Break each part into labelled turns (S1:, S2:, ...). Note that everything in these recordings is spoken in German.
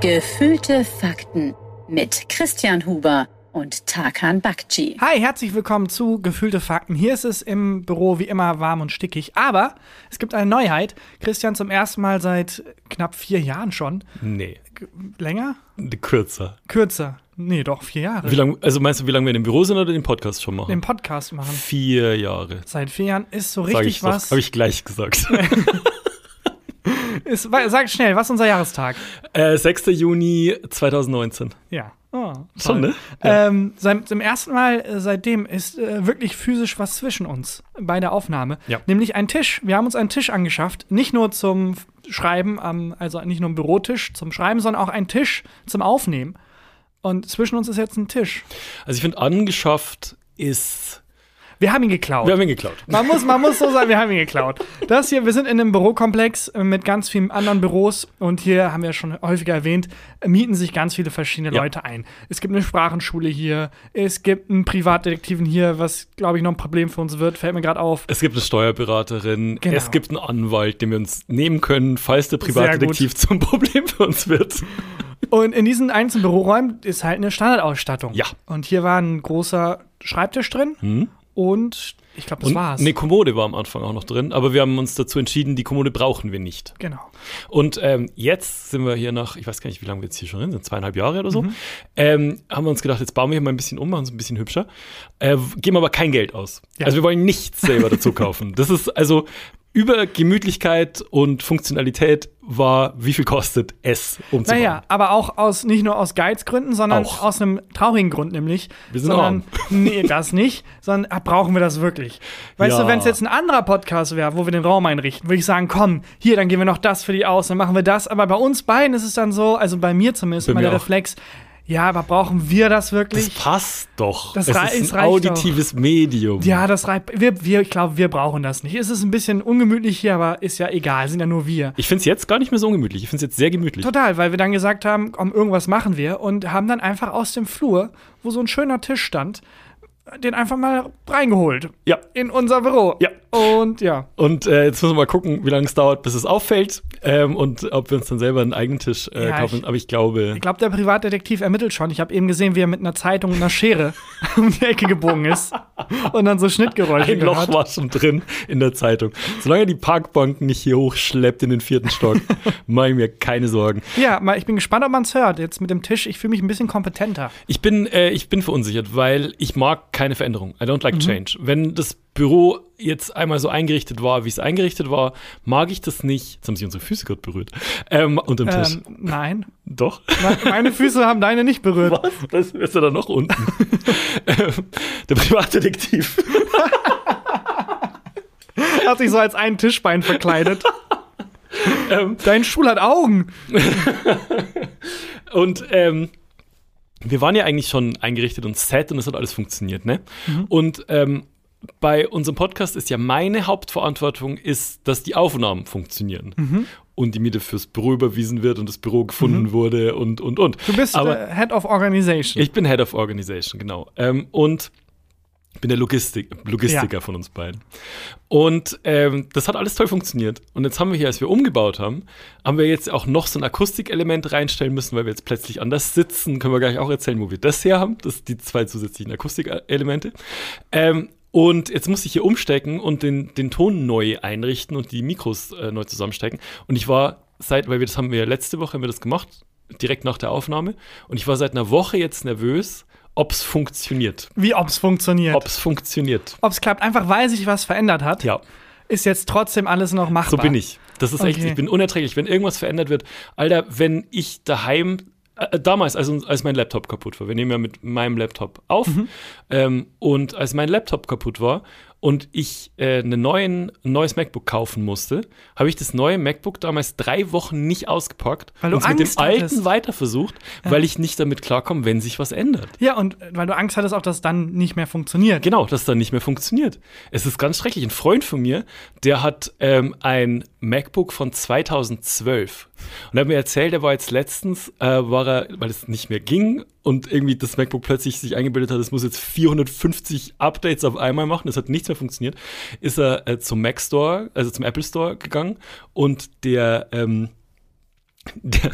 S1: Gefühlte Fakten mit Christian Huber und Tarkan Bakci.
S2: Hi, herzlich willkommen zu Gefühlte Fakten. Hier ist es im Büro wie immer warm und stickig, aber es gibt eine Neuheit. Christian zum ersten Mal seit knapp vier Jahren schon.
S3: Nee,
S2: G- Länger?
S3: kürzer.
S2: Kürzer. Nee, doch, vier Jahre.
S3: Wie lang, also meinst du, wie lange wir in dem Büro sind oder den Podcast schon machen?
S2: Den Podcast machen.
S3: Vier Jahre.
S2: Seit vier Jahren ist so
S3: Sag
S2: richtig
S3: ich
S2: was.
S3: Habe ich gleich gesagt.
S2: Ist, wa- sag schnell, was ist unser Jahrestag?
S3: äh, 6. Juni 2019.
S2: Ja. Oh,
S3: Schon,
S2: toll.
S3: ne?
S2: Ähm, seit, zum ersten Mal äh, seitdem ist äh, wirklich physisch was zwischen uns bei der Aufnahme.
S3: Ja.
S2: Nämlich ein Tisch. Wir haben uns einen Tisch angeschafft. Nicht nur zum F- Schreiben, am, also nicht nur einen Bürotisch zum Schreiben, sondern auch einen Tisch zum Aufnehmen. Und zwischen uns ist jetzt ein Tisch.
S3: Also ich finde, angeschafft ist.
S2: Wir haben ihn geklaut.
S3: Wir haben ihn geklaut.
S2: Man muss, man muss so sagen, wir haben ihn geklaut. Das hier, wir sind in einem Bürokomplex äh, mit ganz vielen anderen Büros und hier haben wir schon häufiger erwähnt, mieten sich ganz viele verschiedene
S3: Ja.
S2: Leute ein. Es gibt eine Sprachenschule hier, es gibt einen Privatdetektiven hier, was glaube ich noch ein Problem für uns wird, fällt mir gerade auf.
S3: Es gibt eine Steuerberaterin,
S2: Genau.
S3: es gibt einen Anwalt, den wir uns nehmen können, falls der
S2: gut.
S3: Privatdetektiv zum Problem für uns wird.
S2: Und in diesen einzelnen Büroräumen ist halt eine Standardausstattung.
S3: Ja. Mhm.
S2: Und hier war ein großer Schreibtisch drin und ich glaube, das
S3: Und
S2: war's.
S3: eine Kommode war am Anfang auch noch drin, aber wir haben uns dazu entschieden, die Kommode brauchen wir nicht.
S2: Genau.
S3: Und ähm, jetzt sind wir hier nach, ich weiß gar nicht, wie lange wir jetzt hier schon sind, sind zweieinhalb Jahre oder
S2: Mhm.
S3: so, ähm, haben wir uns gedacht, jetzt bauen wir hier mal ein bisschen um, machen es ein bisschen hübscher, äh, geben aber kein Geld aus.
S2: Ja.
S3: Also wir wollen nichts selber dazu kaufen. Das ist also über Gemütlichkeit und Funktionalität war, wie viel kostet es um umzubauen.
S2: Naja, aber auch aus, nicht nur aus Geizgründen, sondern
S3: Auch.
S2: aus einem traurigen Grund, nämlich.
S3: Wir sind
S2: sondern,
S3: arm.
S2: Nee, das nicht, sondern ah, brauchen wir das wirklich? Weißt
S3: Ja.
S2: du, wenn es jetzt ein anderer Podcast wäre, wo wir den Raum einrichten, würde ich sagen, komm, hier, dann gehen wir noch das für die aus, dann machen wir das. Aber bei uns beiden ist es dann so, also bei mir zumindest,
S3: Bei
S2: immer
S3: mir
S2: der
S3: auch.
S2: Reflex, ja, aber brauchen wir das
S3: Das
S2: wirklich?
S3: passt doch.
S2: Das
S3: es
S2: rei- es
S3: ist ein
S2: reicht
S3: auditives Medium.
S2: ja, das reicht. Wir, wir, ich glaube, wir brauchen das nicht. Es ist ein bisschen ungemütlich hier, aber ist ja egal, sind ja nur wir.
S3: Ich finde es jetzt gar nicht mehr so ungemütlich. Ich finde es jetzt sehr gemütlich.
S2: Total, weil wir dann gesagt haben, komm, irgendwas machen wir und haben dann einfach aus dem Flur, wo so ein schöner Tisch stand, den einfach mal reingeholt.
S3: Ja.
S2: In unser Büro.
S3: Ja.
S2: Und ja.
S3: Und äh, jetzt müssen wir mal gucken, wie lange es dauert, bis es auffällt ähm, und ob wir uns dann selber einen eigenen Tisch äh,
S2: Ja,
S3: kaufen.
S2: ich-
S3: aber ich glaube,
S2: Ich glaube, der Privatdetektiv ermittelt schon. Ich habe eben gesehen, wie er mit einer Zeitung und einer Schere um die Ecke gebogen ist und dann so Schnittgeräusche
S3: Ein Loch
S2: gehört.
S3: war schon drin in der Zeitung. Solange die Parkbank nicht hier hochschleppt in den vierten Stock, mache ich mir keine Sorgen.
S2: Ja, mal, ich bin gespannt, ob man es hört. Jetzt mit dem Tisch, ich fühle mich ein bisschen kompetenter.
S3: Ich bin, äh, ich bin verunsichert, weil ich mag keine Veränderung. I
S2: Mhm.
S3: don't like change. Wenn das Büro jetzt einmal so eingerichtet war, wie es eingerichtet war, mag ich das nicht. Jetzt haben sich unsere Füße gerade berührt. Ähm, unterm Tisch.
S2: Ähm, nein.
S3: Doch.
S2: Me- Meine Füße haben deine nicht berührt.
S3: Was? Das ist ja dann noch unten. ähm, der Privatdetektiv.
S2: Hat sich so als ein Tischbein verkleidet.
S3: Ähm,
S2: Dein Stuhl hat Augen.
S3: Und ähm, wir waren ja eigentlich schon eingerichtet und set und es hat alles funktioniert, ne?
S2: Mhm.
S3: Und ähm, bei unserem Podcast ist ja meine Hauptverantwortung ist, dass die Aufnahmen funktionieren
S2: Mhm.
S3: und die Miete fürs Büro überwiesen wird und das Büro gefunden wurde und und und.
S2: Du bist
S3: Aber
S2: äh, Head of Organization.
S3: ich bin Head of Organization, genau. Ähm, und bin der Logistik, Logistiker
S2: Ja.
S3: von uns beiden. Und ähm, das hat alles toll funktioniert. Und jetzt haben wir hier, als wir umgebaut haben, haben wir jetzt auch noch so ein Akustikelement reinstellen müssen, weil wir jetzt plötzlich anders sitzen. Können wir gleich auch erzählen, wo wir das her haben. Das sind die zwei zusätzlichen Akustikelemente. Ähm, und jetzt muss ich hier umstecken und den, den Ton neu einrichten und die Mikros äh, neu zusammenstecken. Und ich war seit, weil wir das haben wir letzte Woche haben wir das gemacht, direkt nach der Aufnahme. Und ich war seit einer Woche jetzt nervös, ob's funktioniert.
S2: Wie ob's funktioniert.
S3: ob's funktioniert.
S2: Ob's klappt, einfach weil sich was verändert hat,
S3: Ja,
S2: ist jetzt trotzdem alles noch machbar.
S3: so bin ich. Das ist echt,
S2: Okay.
S3: ich bin unerträglich. Wenn irgendwas verändert wird, Alter, wenn ich daheim, äh, damals, als, uns- als mein Laptop kaputt war, wir nehmen ja mit meinem Laptop auf,
S2: Mhm.
S3: ähm, und als mein Laptop kaputt war und ich äh, einen neuen, ein neues MacBook kaufen musste, habe ich das neue MacBook damals drei Wochen nicht ausgepackt
S2: Weil du
S3: und mit dem
S2: Angst hattest.
S3: alten weiter versucht, weil ich nicht damit klarkomme, wenn sich was ändert.
S2: Ja, und äh, weil du Angst hattest, auch dass dann nicht mehr funktioniert.
S3: Genau, das dann nicht mehr funktioniert. Es ist ganz schrecklich. Ein Freund von mir, der hat ähm, ein MacBook von 2012 und er hat mir erzählt, er war jetzt letztens, äh, war er, weil es nicht mehr ging und irgendwie das MacBook plötzlich sich eingebildet hat, es muss jetzt 450 Updates auf einmal machen, es hat nichts mehr funktioniert, ist er äh, zum Mac Store, also zum Apple Store gegangen und der ähm, der,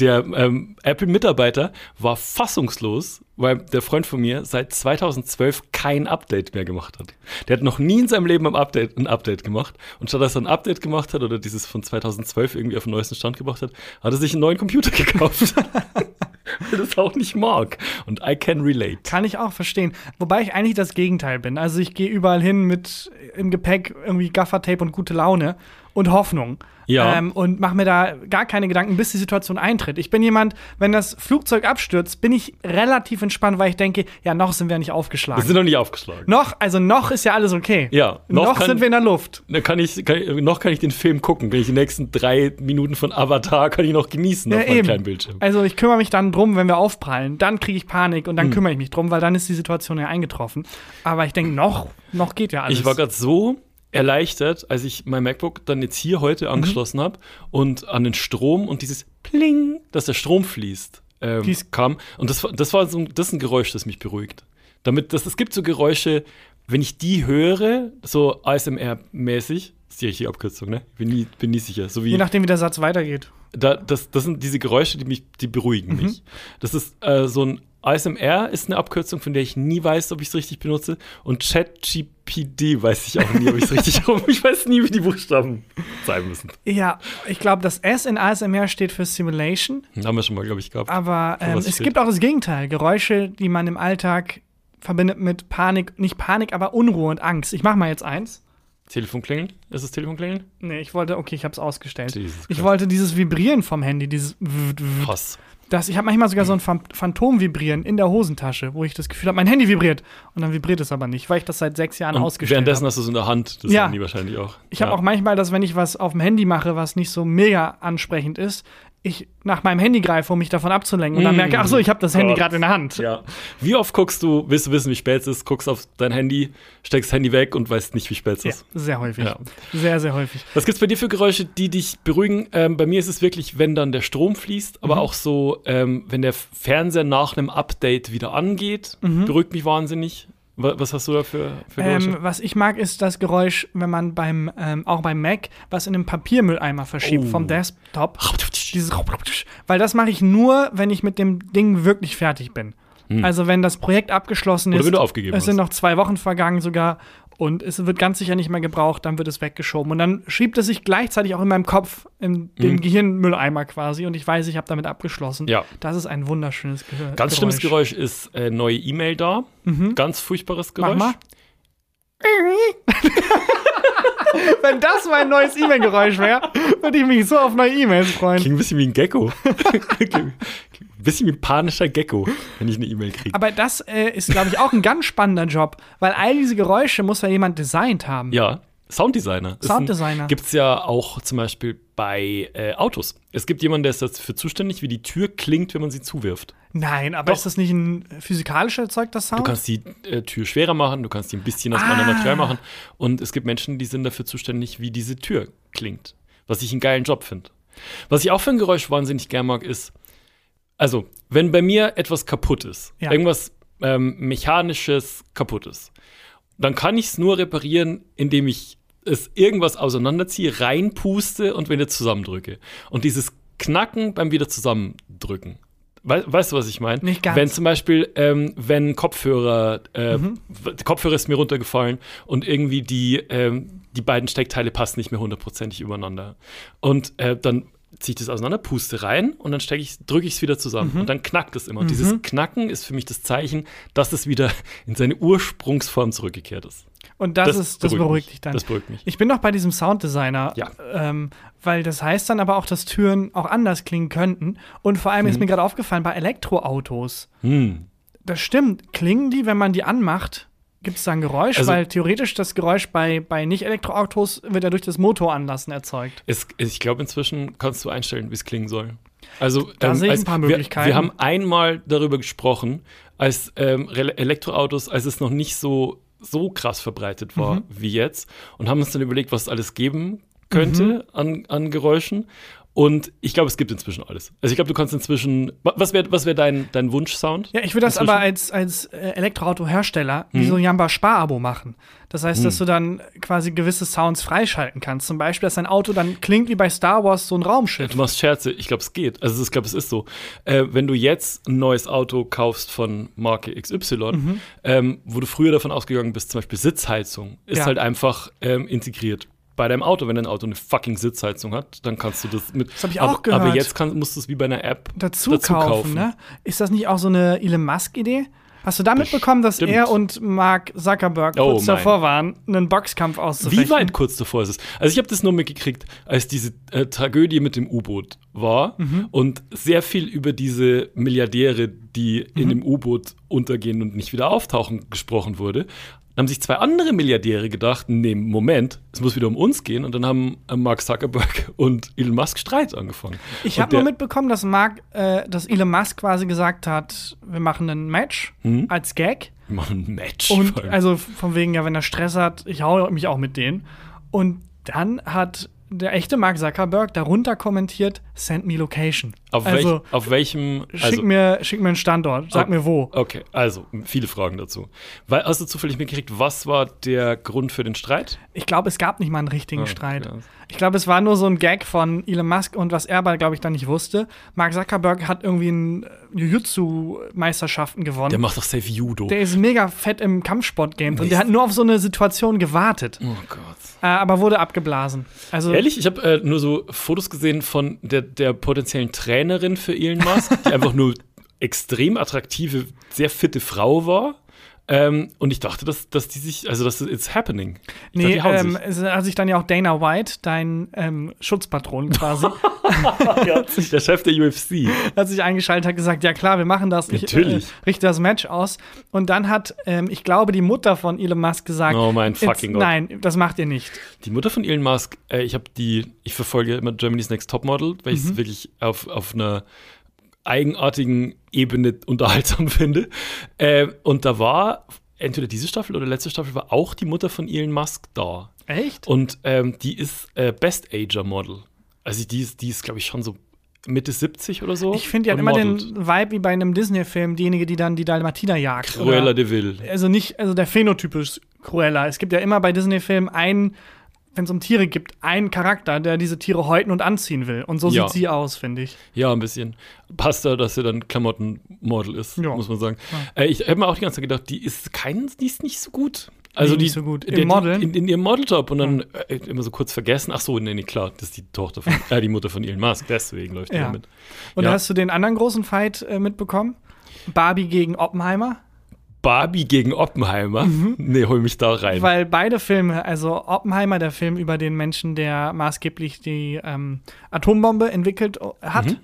S3: der ähm, Apple-Mitarbeiter war fassungslos, weil der Freund von mir seit 2012 kein Update mehr gemacht hat. Der hat noch nie in seinem Leben ein Update, ein Update gemacht. Und statt dass er ein Update gemacht hat oder dieses von 2012 irgendwie auf den neuesten Stand gebracht hat, hat er sich einen neuen Computer gekauft. Weil das auch nicht mag. Und I can relate.
S2: Kann ich auch verstehen. Wobei ich eigentlich das Gegenteil bin. Also ich gehe überall hin mit äh, im Gepäck irgendwie Gaffertape und gute Laune und Hoffnung.
S3: Ja.
S2: Ähm, und mache mir da gar keine Gedanken, bis die Situation eintritt. Ich bin jemand, wenn das Flugzeug abstürzt, bin ich relativ entspannt, weil ich denke, ja, noch sind wir nicht aufgeschlagen.
S3: Wir sind noch nicht aufgeschlagen.
S2: noch, also noch ist ja alles okay.
S3: Ja,
S2: Noch,
S3: noch kann-
S2: sind wir in der Luft.
S3: Da kann ich, kann ich, noch kann ich den Film gucken. Kann ich die nächsten drei Minuten von Avatar kann ich noch genießen auf
S2: Ja,
S3: meinem
S2: eben.
S3: kleinen Bildschirm.
S2: Also ich kümmere mich dann drum, wenn wir aufprallen. Dann kriege ich Panik und
S3: Hm.
S2: dann kümmere ich mich drum, weil dann ist die Situation ja eingetroffen. Aber ich denke, noch, noch geht ja alles.
S3: Ich war gerade so erleichtert, als ich mein MacBook dann jetzt hier
S2: Mhm.
S3: heute angeschlossen habe und an den Strom und dieses Pling, dass der Strom fließt, ähm,
S2: Fließt.
S3: kam. Und das, war- das war so ein, das ist ein Geräusch, das mich beruhigt. Damit, das, es gibt so Geräusche, wenn ich die höre, so ASMR-mäßig, ist die richtige Abkürzung, ne? Bin nie, bin nie sicher. So wie
S2: Je nachdem, wie der Satz weitergeht.
S3: da, das, das sind diese Geräusche, die mich, die beruhigen mich. Das ist äh, so ein ASMR ist eine Abkürzung, von der ich nie weiß, ob ich es richtig benutze. Und ChatGPD weiß ich auch nie, ob ich es richtig rum. Ich weiß nie, wie die Buchstaben sein müssen.
S2: Ja, ich glaube, das S in ASMR steht für Simulation,
S3: Mhm. Haben wir schon mal, glaube ich, gehabt.
S2: aber
S3: Für
S2: ähm,
S3: was
S2: es
S3: steht-
S2: gibt auch das Gegenteil. Geräusche, die man im Alltag verbindet mit Panik, nicht Panik, aber Unruhe und Angst. Ich mache mal jetzt eins.
S3: Telefon klingeln? Ist es Telefon klingeln?
S2: Nee, ich wollte, okay, ich habe es ausgestellt.
S3: Jesus
S2: ich
S3: Christ.
S2: wollte dieses Vibrieren vom Handy, dieses wwd, wwd,
S3: Hass.
S2: das, ich habe manchmal sogar so
S3: Hm.
S2: ein Phan- Phantom-Vibrieren in der Hosentasche, wo ich das Gefühl habe, mein Handy vibriert. Und dann vibriert es aber nicht, weil ich das seit sechs Jahren
S3: Und
S2: ausgestellt habe.
S3: währenddessen hast du es in der Hand. Das
S2: Ja.
S3: haben die wahrscheinlich auch.
S2: Ich habe
S3: ja.
S2: auch manchmal, dass wenn ich was auf dem Handy mache, was nicht so mega ansprechend ist, ich nach meinem Handy greife, um mich davon abzulenken und dann merke, ach so, ich habe das Handy
S3: Gott.
S2: gerade in der Hand.
S3: Ja. Wie oft guckst du, willst du wissen, wie spät es ist, guckst auf dein Handy, steckst das Handy weg und weißt nicht, wie spät es
S2: Ja,
S3: ist.
S2: sehr häufig.
S3: Ja.
S2: Sehr, sehr häufig.
S3: Was gibt's bei dir für Geräusche, die dich beruhigen? Ähm, bei mir ist es wirklich, wenn dann der Strom fließt,
S2: Mhm.
S3: aber auch so, ähm, wenn der Fernseher nach einem Update wieder angeht, beruhigt mich wahnsinnig. Wa- Was hast du da für, für Geräusche?
S2: Mhm. Ähm, was ich mag, ist das Geräusch, wenn man beim, ähm, auch beim Mac, was in einem Papiermülleimer verschiebt
S3: Oh.
S2: vom Desktop. Dieses Weil das mache ich nur, wenn ich mit dem Ding wirklich fertig bin. Also wenn das Projekt abgeschlossen
S3: Hm. Oder
S2: ist,
S3: wenn du aufgegeben
S2: es sind
S3: hast.
S2: noch zwei Wochen vergangen sogar und es wird ganz sicher nicht mehr gebraucht, dann wird es weggeschoben. Und dann schiebt es sich gleichzeitig auch in meinem Kopf, in den Gehirnmülleimer quasi und ich weiß, ich habe damit abgeschlossen.
S3: Hm. Ja.
S2: Das ist ein wunderschönes Ge
S3: Ganz schlimmes Geräusch ist äh, neue E-Mail da. Ganz furchtbares
S2: Mhm. Mach
S3: Geräusch.
S2: mal. Wenn das mein neues E-Mail-Geräusch wäre, würde ich mich so auf neue E-Mails freuen.
S3: Klingt ein bisschen wie ein Gecko. Klingt ein bisschen wie ein panischer Gecko, wenn ich eine E-Mail kriege.
S2: Aber das äh, ist, glaube ich, auch ein ganz spannender Job, weil all diese Geräusche muss ja jemand designt haben.
S3: Ja, Sounddesigner.
S2: Sounddesigner.
S3: Gibt es ja auch zum Beispiel bei äh, Autos. Es gibt jemanden, der ist dafür zuständig, wie die Tür klingt, wenn man sie zuwirft.
S2: Nein, aber
S3: Doch.
S2: ist das nicht ein physikalisch erzeugter Sound?
S3: Du kannst die äh, Tür schwerer machen, du kannst die ein bisschen aus anderem Material machen. Und es gibt Menschen, die sind dafür zuständig, wie diese Tür klingt. Was ich einen geilen Job finde. Was ich auch für ein Geräusch wahnsinnig gern mag, ist, also, wenn bei mir etwas kaputt ist,
S2: Ja.
S3: irgendwas ähm, Mechanisches kaputt ist, dann kann ich es nur reparieren, indem ich es irgendwas auseinanderziehe, reinpuste und wieder zusammendrücke. Und dieses Knacken beim wieder zusammendrücken. Wei- weißt du, was ich meine?
S2: Nicht ganz.
S3: Wenn zum Beispiel, ähm, wenn Kopfhörer, äh,
S2: Mhm.
S3: w- Kopfhörer ist mir runtergefallen und irgendwie die, ähm, die beiden Steckteile passen nicht mehr hundertprozentig übereinander. Und äh, dann ziehe ich das auseinander, puste rein und dann stecke ich, drücke ich es wieder zusammen
S2: Mhm.
S3: und dann knackt es immer. Und dieses Knacken ist für mich das Zeichen, dass es wieder in seine Ursprungsform zurückgekehrt ist.
S2: Und das,
S3: Das
S2: ist, das
S3: beruhigt
S2: beruhigt
S3: mich.
S2: dich dann.
S3: Das beruhigt mich.
S2: Ich bin noch bei diesem Sounddesigner,
S3: Ja.
S2: ähm, weil das heißt dann aber auch, dass Türen auch anders klingen könnten. Und vor allem
S3: Mhm.
S2: ist mir gerade aufgefallen, bei Elektroautos,
S3: Hm.
S2: das stimmt, klingen die, wenn man die anmacht, gibt es da ein Geräusch?
S3: Also-
S2: weil theoretisch das Geräusch bei, bei Nicht-Elektroautos wird ja durch das Motoranlassen erzeugt.
S3: Es, ich glaube, inzwischen kannst du einstellen, wie es klingen soll. Also,
S2: Da sehe ich
S3: als-
S2: ein paar Möglichkeiten.
S3: Wir, wir haben einmal darüber gesprochen, als ähm, Re Elektroautos, als es noch
S2: Mhm.
S3: nicht so, so krass verbreitet war wie jetzt, und haben uns dann überlegt, was es alles geben könnte
S2: Mhm.
S3: an, an Geräuschen. Und ich glaube, es gibt inzwischen alles. Also ich glaube, du kannst inzwischen. wa- Was wäre was wär dein, dein Wunschsound?
S2: Ja, ich würde das
S3: Inzwischen?
S2: aber als, als äh, Elektroauto-Hersteller wie so ein Jamba-Spar-Abo machen. Das heißt, dass du dann quasi gewisse Sounds freischalten kannst. Zum Beispiel, dass dein Auto dann klingt wie bei Star Wars so ein Raumschiff.
S3: Du machst Scherze, ich glaube, es geht. Also ich glaube, es ist so. Äh, wenn du jetzt ein neues Auto kaufst von Marke XY,
S2: Mhm.
S3: ähm, wo du früher davon ausgegangen bist, zum Beispiel Sitzheizung, ist
S2: Ja.
S3: halt einfach ähm, integriert. Bei deinem Auto, wenn dein Auto eine fucking Sitzheizung hat, dann kannst du das mit. Das
S2: hab ich
S3: aber,
S2: auch gehört.
S3: Aber jetzt kann, musst du es wie bei einer App
S2: Dazu, kaufen, ne? Ist das nicht auch so eine Elon Musk-Idee? Hast du da mitbekommen, dass
S3: Bestimmt.
S2: er und Mark Zuckerberg
S3: Oh
S2: kurz
S3: mein.
S2: davor waren, einen Boxkampf auszufechten?
S3: Wie weit kurz davor ist es? Also ich habe das nur mitgekriegt, als diese äh, Tragödie mit dem U-Boot war
S2: Mhm.
S3: und sehr viel über diese Milliardäre, die
S2: Mhm.
S3: in dem U-Boot untergehen und nicht wieder auftauchen, gesprochen wurde. Dann haben sich zwei andere Milliardäre gedacht, nee, Moment, es muss wieder um uns gehen. Und dann haben äh, Mark Zuckerberg und Elon Musk Streit angefangen.
S2: Ich
S3: Und
S2: habe nur
S3: der-
S2: mitbekommen, dass Mark, äh, dass Elon Musk quasi gesagt hat, wir machen ein Match
S3: Hm?
S2: als Gag.
S3: Mann, ein Match.
S2: Und
S3: vor allem.
S2: also von wegen, ja, wenn er Stress hat, ich hau mich auch mit denen. Und dann hat der echte Mark Zuckerberg darunter kommentiert, send me location.
S3: auf,
S2: also
S3: welch, auf welchem. also
S2: schick, mir, schick mir einen Standort, sag
S3: Ok-
S2: mir wo.
S3: Oh, Okay, also viele Fragen dazu. Weil, hast du zufällig mitgekriegt, was war der Grund für den Streit?
S2: Ich glaube, es gab nicht mal einen richtigen
S3: Ah,
S2: Streit.
S3: krass.
S2: Ich glaube, es war nur so ein Gag von Elon Musk und was er aber, glaube ich, dann nicht wusste. Mark Zuckerberg hat irgendwie ein äh, Jujutsu-Meisterschaften gewonnen.
S3: Der macht doch safe Judo.
S2: Der ist mega fett im Kampfsport-Game drin. Der hat nur auf so eine Situation gewartet,
S3: oh Gott.
S2: äh, aber wurde abgeblasen. Also,
S3: Ehrlich, ich habe äh, nur so Fotos gesehen von der, der potenziellen Trainerin für Elon Musk, die einfach nur extrem attraktive, sehr fitte Frau war. Ähm, und ich dachte, dass, dass die sich, also das it's happening. Ich dachte,
S2: Nee,
S3: die hauen
S2: ähm,
S3: sich.
S2: es hat sich dann ja auch Dana White, dein ähm, Schutzpatron quasi, ähm,
S3: der Chef der UFC.
S2: hat sich eingeschaltet, hat gesagt, ja klar, wir machen das.
S3: Natürlich.
S2: Ich äh, richte das Match aus. Und dann hat, ähm, ich glaube, die Mutter von Elon Musk gesagt,
S3: Oh mein
S2: "It's-
S3: fucking Gott."
S2: Nein, das macht ihr nicht.
S3: Die Mutter von Elon Musk, äh, ich habe die, ich verfolge immer Germany's Next Topmodel, weil
S2: Mhm.
S3: ich es wirklich auf, auf einer eigenartigen Ebene unterhaltsam finde. Äh, und da war entweder diese Staffel oder letzte Staffel war auch die Mutter von Elon Musk da.
S2: Echt?
S3: Und ähm, die ist äh, Best Ager Model. Also die ist, die ist glaube ich, schon so Mitte 70 oder so.
S2: Ich finde, die hat
S3: und
S2: immer
S3: modelt.
S2: den Vibe wie bei einem Disney-Film, diejenige, die dann die Dalmatiner jagt.
S3: Cruella
S2: oder-
S3: de Vil.
S2: also nicht, also der Phänotyp ist Cruella. Es gibt ja immer bei Disney-Filmen einen, wenn es um Tiere gibt, einen Charakter, der diese Tiere häuten und anziehen will. Und so
S3: Ja.
S2: sieht sie aus, finde ich.
S3: Ja, ein bisschen. Passt da, dass sie dann Klamottenmodel ist,
S2: Ja.
S3: muss man sagen. Äh, ich habe mir auch die ganze Zeit gedacht, die ist kein, die ist nicht so gut. Also
S2: Wie
S3: die,
S2: nicht so gut? Im
S3: der- die-
S2: Modeln?
S3: In, in ihrem Modeljob und dann äh, immer so kurz vergessen. Ach so, nee, nee, klar, das ist die Tochter von, äh, die Mutter von Elon Musk. Deswegen läuft die
S2: Ja.
S3: damit.
S2: Und
S3: Ja.
S2: hast du den anderen großen Fight äh, mitbekommen? Barbie gegen Oppenheimer?
S3: Barbie gegen Oppenheimer. Nee, hol mich da rein.
S2: Mhm. Weil beide Filme, also Oppenheimer, der Film über den Menschen, der maßgeblich die ähm, Atombombe entwickelt äh, hat,
S3: Mhm.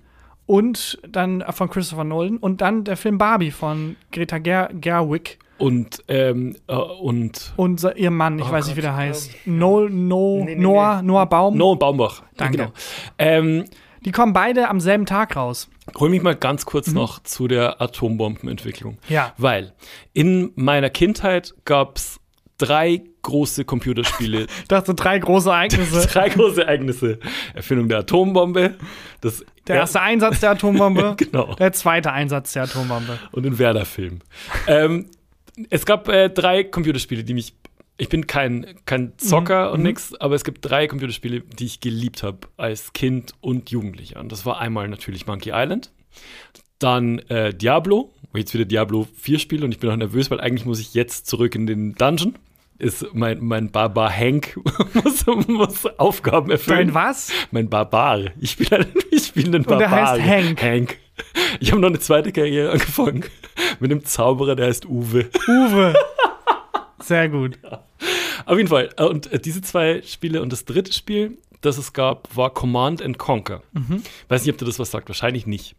S2: und dann äh, von Christopher Nolan und dann der Film Barbie von Greta Ger Gerwig
S3: und, ähm, äh, und
S2: und se- ihr Mann,
S3: Oh
S2: ich weiß nicht, wie der heißt. No, no, Noah, Noah Baum.
S3: Noah Baumbach.
S2: Danke.
S3: Genau. Ähm,
S2: Die kommen beide am selben Tag raus.
S3: Hol mich mal ganz kurz
S2: Mhm.
S3: noch zu der Atombombenentwicklung.
S2: Ja.
S3: Weil in meiner Kindheit gab es drei große Computerspiele,
S2: Ich dachte, drei große Ereignisse.
S3: drei große Ereignisse. Erfindung der Atombombe, das
S2: Der erste Einsatz der Atombombe,
S3: Genau.
S2: der zweite Einsatz der Atombombe.
S3: und den Werder-Film. ähm, es gab äh, drei Computerspiele, die mich. Ich bin kein, kein Zocker und nix, aber es gibt drei Computerspiele, die ich geliebt habe als Kind und Jugendlicher. Und das war einmal natürlich Monkey Island, dann äh, Diablo, wo ich jetzt wieder Diablo 4 spiele und ich bin auch nervös, weil eigentlich muss ich jetzt zurück in den Dungeon. Ist mein, mein Barbar Hank muss, muss Aufgaben erfüllen.
S2: Dein was?
S3: Mein Barbar. Ich spiele einen, ich spiel einen
S2: Und der
S3: Barbar.
S2: heißt Hank.
S3: Hank. Ich habe noch eine zweite Karriere angefangen mit einem Zauberer, der heißt Uwe.
S2: Uwe. Sehr gut.
S3: Auf jeden Fall. äh, Und äh, diese zwei Spiele und das dritte Spiel, das es gab, war Command and Conquer.
S2: Mhm.
S3: Weiß nicht, ob dir das was sagt. Wahrscheinlich nicht.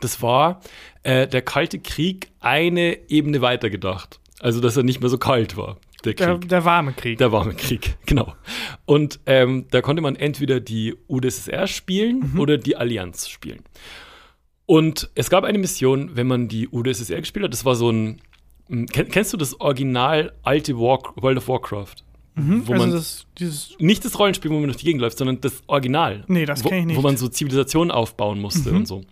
S3: Das war äh, der Kalte Krieg eine Ebene weiter gedacht. Also, dass er nicht mehr so kalt war, der Krieg.
S2: Der, der warme Krieg.
S3: Der warme Krieg, genau. Und ähm, da konnte man entweder die UdSSR spielen
S2: Mhm.
S3: oder die Allianz spielen. Und es gab eine Mission, wenn man die UdSSR hm, gespielt hat, das war so ein. m, Kenn, kennst du das original alte War, World of Warcraft?
S2: Mhm.
S3: wo
S2: also
S3: man
S2: das, dieses,
S3: nicht das Rollenspiel, wo man durch die Gegend läuft, sondern das Original.
S2: Nee, das
S3: wo-
S2: kenn ich nicht. Mhm.
S3: Wo man so Zivilisationen aufbauen musste und so.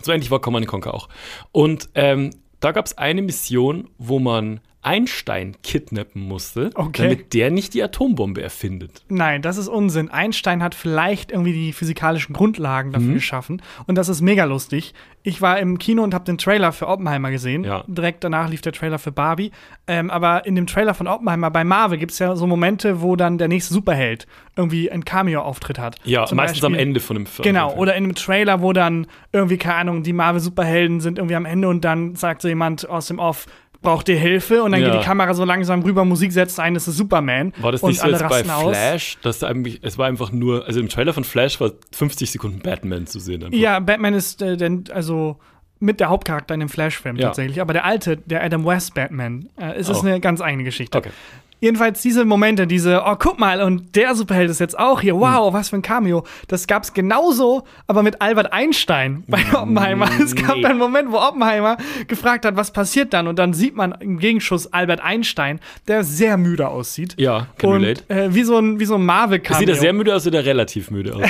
S3: So ähnlich war Command Conquer auch. Und ähm, da gab es eine Mission, wo man Einstein kidnappen musste,
S2: Okay.
S3: damit der nicht die Atombombe erfindet.
S2: nein, das ist Unsinn. Einstein hat vielleicht irgendwie die physikalischen Grundlagen dafür
S3: Mhm.
S2: geschaffen und das ist mega lustig. Ich war im Kino und habe den Trailer für Oppenheimer gesehen.
S3: Ja.
S2: Direkt danach lief der Trailer für Barbie. Ähm, aber in dem Trailer von Oppenheimer bei Marvel gibt es ja so Momente, wo dann der nächste Superheld irgendwie einen Cameo-Auftritt hat.
S3: Ja,
S2: Zum
S3: meistens am
S2: Beispiel-
S3: Ende von dem Film.
S2: Genau, oder in einem Trailer, wo dann irgendwie, keine Ahnung, die Marvel-Superhelden sind irgendwie am Ende und dann sagt so jemand aus dem Off, braucht ihr Hilfe? Und dann
S3: Ja.
S2: geht die Kamera so langsam rüber, Musik setzt ein, es ist Superman.
S3: War das
S2: und
S3: nicht so jetzt bei
S2: rasten aus.
S3: Flash, dass da eigentlich, es war einfach nur, also im Trailer von Flash war 50 Sekunden Batman zu sehen. einfach.
S2: Ja, Batman ist äh, denn, also mit der Hauptcharakter in dem Flash-Film
S3: Ja.
S2: tatsächlich, aber der alte, der Adam West Batman, äh, es ist
S3: Oh.
S2: eine ganz eigene Geschichte.
S3: Okay.
S2: Jedenfalls diese Momente, diese, oh, guck mal, und der Superheld ist jetzt auch hier,
S3: Hm.
S2: wow, was für ein Cameo. Das gab's genauso, aber mit Albert Einstein bei Oppenheimer. Es gab
S3: Hm, nee.
S2: dann einen Moment, wo Oppenheimer gefragt hat, was passiert dann? Und dann sieht man im Gegenschuss Albert Einstein, der sehr müde aussieht.
S3: Ja, can
S2: Und
S3: relate.
S2: äh, wie so ein, wie so ein Marvel-Cameo.
S3: Sieht er sehr müde aus oder relativ müde aus?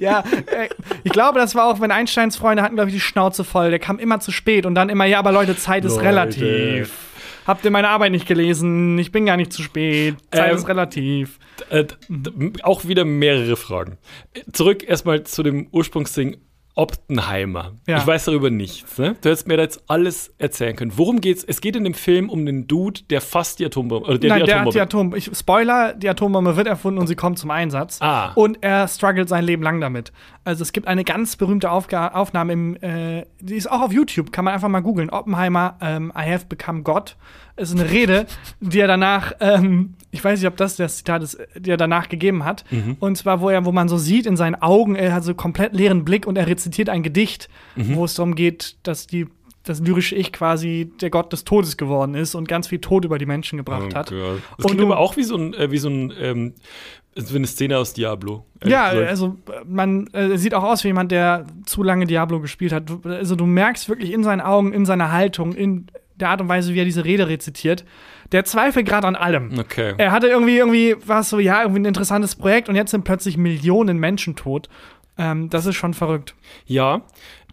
S2: Ja, äh, ich glaube, das war auch, wenn Einsteins Freunde hatten, glaube ich, die Schnauze voll. Der kam immer zu spät und dann immer, ja, aber Leute, Zeit ist
S3: Leute.
S2: relativ. Habt ihr meine Arbeit nicht gelesen? Ich bin gar nicht zu spät. Zeit
S3: Ähm,
S2: ist relativ.
S3: Äh, d- d- auch wieder mehrere Fragen. Äh, Zurück erstmal zu dem Ursprungsding Oppenheimer.
S2: Ja.
S3: Ich weiß darüber nichts. Ne? Du hättest mir da jetzt alles erzählen können. Worum geht's? Es geht in dem Film um den Dude, der fast die Atombombe. Oder der
S2: Nein,
S3: die
S2: der hat
S3: Atombombe.
S2: die Atombombe. Ich, Spoiler, die Atombombe wird erfunden und sie kommt zum Einsatz.
S3: Ah.
S2: Und er struggelt sein Leben lang damit. Also es gibt eine ganz berühmte Aufga Aufnahme, im, äh, die ist auch auf YouTube, kann man einfach mal googeln. Oppenheimer, ähm, I have become God. Ist eine Rede, die er danach, ähm, ich weiß nicht, ob das das Zitat ist, die er danach gegeben hat.
S3: Mhm.
S2: Und zwar, wo er, wo man so sieht in seinen Augen, er hat so komplett leeren Blick und er rezitiert ein Gedicht,
S3: Mhm.
S2: wo es darum geht, dass die das lyrische Ich quasi der Gott des Todes geworden ist und ganz viel Tod über die Menschen gebracht
S3: Oh
S2: hat.
S3: Gott.
S2: Und
S3: Das klingt
S2: du-
S3: aber auch wie so ein, äh, wie so ein, ähm, so eine Szene aus Diablo. ehrlich
S2: Ja,
S3: gesagt.
S2: also äh, man äh, sieht auch aus wie jemand, der zu lange Diablo gespielt hat. Du, also du merkst wirklich in seinen Augen, in seiner Haltung, in der Art und Weise, wie er diese Rede rezitiert, der zweifelt gerade an allem.
S3: okay.
S2: Er hatte irgendwie, irgendwie, war es so, ja, irgendwie ein interessantes Projekt und jetzt sind plötzlich Millionen Menschen tot. Ähm, das ist schon verrückt.
S3: ja.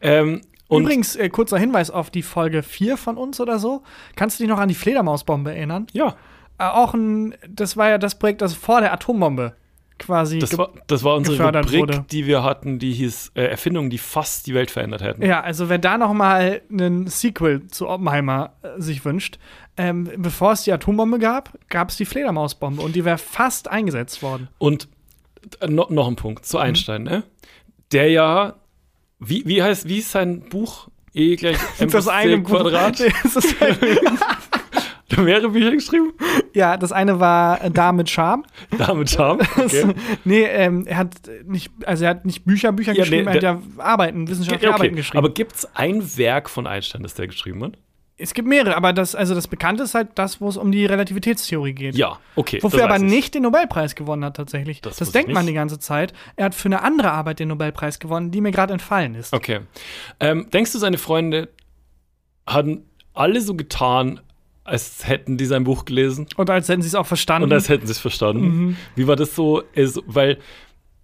S3: Ähm, und
S2: Übrigens, äh, kurzer Hinweis auf die Folge 4 von uns oder so. Kannst du dich noch an die Fledermausbombe erinnern?
S3: ja,
S2: Äh, auch ein, das war ja das Projekt, das vor der Atombombe quasi
S3: das
S2: ge-
S3: war, das war unsere
S2: gefördert
S3: Rubrik,
S2: wurde.
S3: die wir hatten, die hieß äh, Erfindungen, die fast die Welt verändert hätten.
S2: Ja, also wer da noch mal einen Sequel zu Oppenheimer äh, sich wünscht, ähm, bevor es die Atombombe gab, gab es die Fledermausbombe und die wäre fast eingesetzt worden.
S3: Und äh, no, noch ein Punkt
S2: Mhm.
S3: zu Einstein, ne? Der ja, wie, wie heißt, wie ist sein Buch? E gleich M plus C
S2: Buch-
S3: Quadrat.
S2: Das ist-
S3: Hat er mehrere Bücher geschrieben?
S2: ja, das eine war äh, da mit Charme.
S3: Damit haben. Okay.
S2: Nee, ähm, er hat äh, nicht, also er hat nicht Bücher, Bücher
S3: Ja,
S2: geschrieben,
S3: nee,
S2: er hat ja Arbeiten, wissenschaftliche Arbeiten
S3: okay.
S2: geschrieben.
S3: Aber gibt es ein Werk von Einstein, das der geschrieben hat?
S2: es gibt mehrere, aber das, also das Bekannte ist halt das, wo es um die Relativitätstheorie geht.
S3: Ja, okay.
S2: Wofür
S3: das
S2: aber
S3: weiß ich.
S2: nicht den Nobelpreis gewonnen hat, tatsächlich.
S3: Das
S2: Das,
S3: wusste
S2: denkt
S3: ich
S2: man
S3: nicht.
S2: die ganze Zeit. Er hat für eine andere Arbeit den Nobelpreis gewonnen, die mir gerade entfallen ist.
S3: Okay. Ähm, denkst du, seine Freunde haben alle so getan, als hätten die sein Buch gelesen?
S2: Und als hätten sie es auch verstanden.
S3: Und das hätten sie es verstanden.
S2: Mhm.
S3: Wie war das so? Es- weil,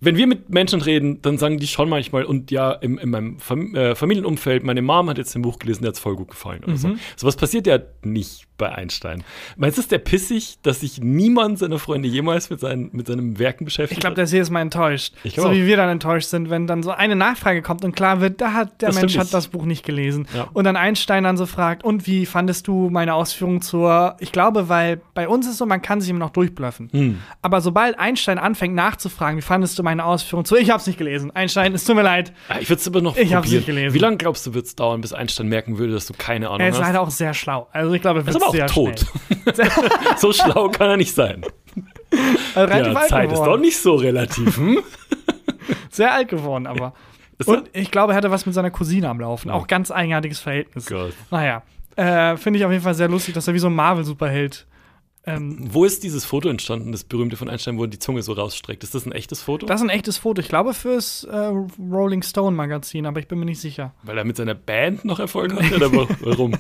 S3: wenn wir mit Menschen reden, dann sagen die schon manchmal, und ja, in, in meinem Fam äh, Familienumfeld, meine Mom hat jetzt ein Buch gelesen, der hat es voll gut gefallen oder
S2: Mhm.
S3: so. So was passiert ja nicht bei Einstein. Meinst du, ist der pissig, dass sich niemand seiner Freunde jemals mit, seinen, mit seinen Werken beschäftigt
S2: ich glaube,
S3: hat?
S2: der ist jedes Mal enttäuscht.
S3: Ich glaub
S2: so
S3: auch.
S2: wie wir dann enttäuscht sind, wenn dann so eine Nachfrage kommt und klar wird, da hat der
S3: Das
S2: Mensch
S3: stimmt
S2: hat
S3: nicht.
S2: das Buch nicht gelesen.
S3: Ja.
S2: Und dann Einstein dann so fragt, und wie fandest du meine Ausführung zur, ich glaube, weil bei uns ist so, man kann sich immer noch durchblöffen.
S3: Hm.
S2: Aber sobald Einstein anfängt nachzufragen, wie fandest du meine Ausführung zur, ich hab's nicht gelesen. Einstein, es tut mir leid.
S3: Ah, Ich würde es aber noch
S2: Ich hab's
S3: probieren.
S2: nicht gelesen.
S3: Wie lange glaubst du, wird es dauern, bis Einstein merken würde, dass du keine Ahnung
S2: Er ist
S3: hast?
S2: leider auch sehr schlau. Also ich glaube, er
S3: ist
S2: wird
S3: aber
S2: sehr
S3: auch tot.
S2: Schnell.
S3: so schlau kann er nicht sein.
S2: Also relativ
S3: Ja,
S2: alt
S3: Zeit ist
S2: geworden.
S3: doch nicht so relativ. Hm?
S2: Sehr alt geworden, aber.
S3: Ist Oh
S2: Und ich glaube, er hatte was mit seiner Cousine am Laufen.
S3: Ja.
S2: Auch ganz eigenartiges Verhältnis.
S3: Gott.
S2: Naja, äh, finde ich auf jeden Fall sehr lustig, dass er wie so ein Marvel-Superheld. Ähm,
S3: Wo ist dieses Foto entstanden, das berühmte von Einstein, wo er die Zunge so rausstreckt? Ist das ein echtes Foto?
S2: das ist ein echtes Foto. Ich glaube fürs äh, Rolling Stone Magazin, aber ich bin mir nicht sicher.
S3: Weil er mit seiner Band noch Erfolg hatte? Oder wa- warum?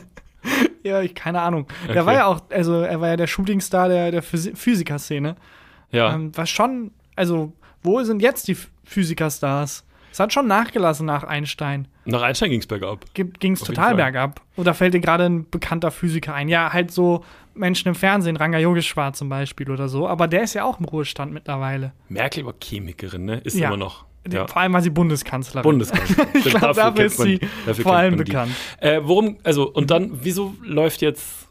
S2: ja, ich keine Ahnung.
S3: Okay.
S2: Der war ja auch, also er war ja der Shootingstar der, der Physi- Physikerszene.
S3: Ja.
S2: Ähm, was schon, also, wo sind jetzt die Ph- Physikerstars? Es hat schon nachgelassen nach Einstein.
S3: Nach Einstein ging es bergab.
S2: Ging es
S3: Auf jeden
S2: total
S3: Fall.
S2: bergab. Oder fällt dir gerade ein bekannter Physiker ein? Ja, halt so Menschen im Fernsehen, Ranga Yogeshwar zum Beispiel oder so. Aber der ist ja auch im Ruhestand mittlerweile.
S3: Merkel war Chemikerin, ne? Ist
S2: Ja.
S3: immer noch.
S2: Die-
S3: Ja.
S2: Vor allem war sie Bundeskanzlerin.
S3: Bundeskanzlerin.
S2: Ich glaub, dafür
S3: kennt
S2: ist
S3: man
S2: sie
S3: die. Dafür
S2: vor
S3: kennt
S2: allem
S3: man die.
S2: bekannt.
S3: Äh, worum, also, und dann, wieso läuft jetzt.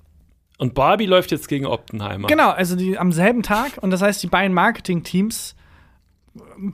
S3: Und Barbie läuft jetzt gegen Oppenheimer.
S2: Genau, also die am selben Tag und das heißt, die beiden Marketingteams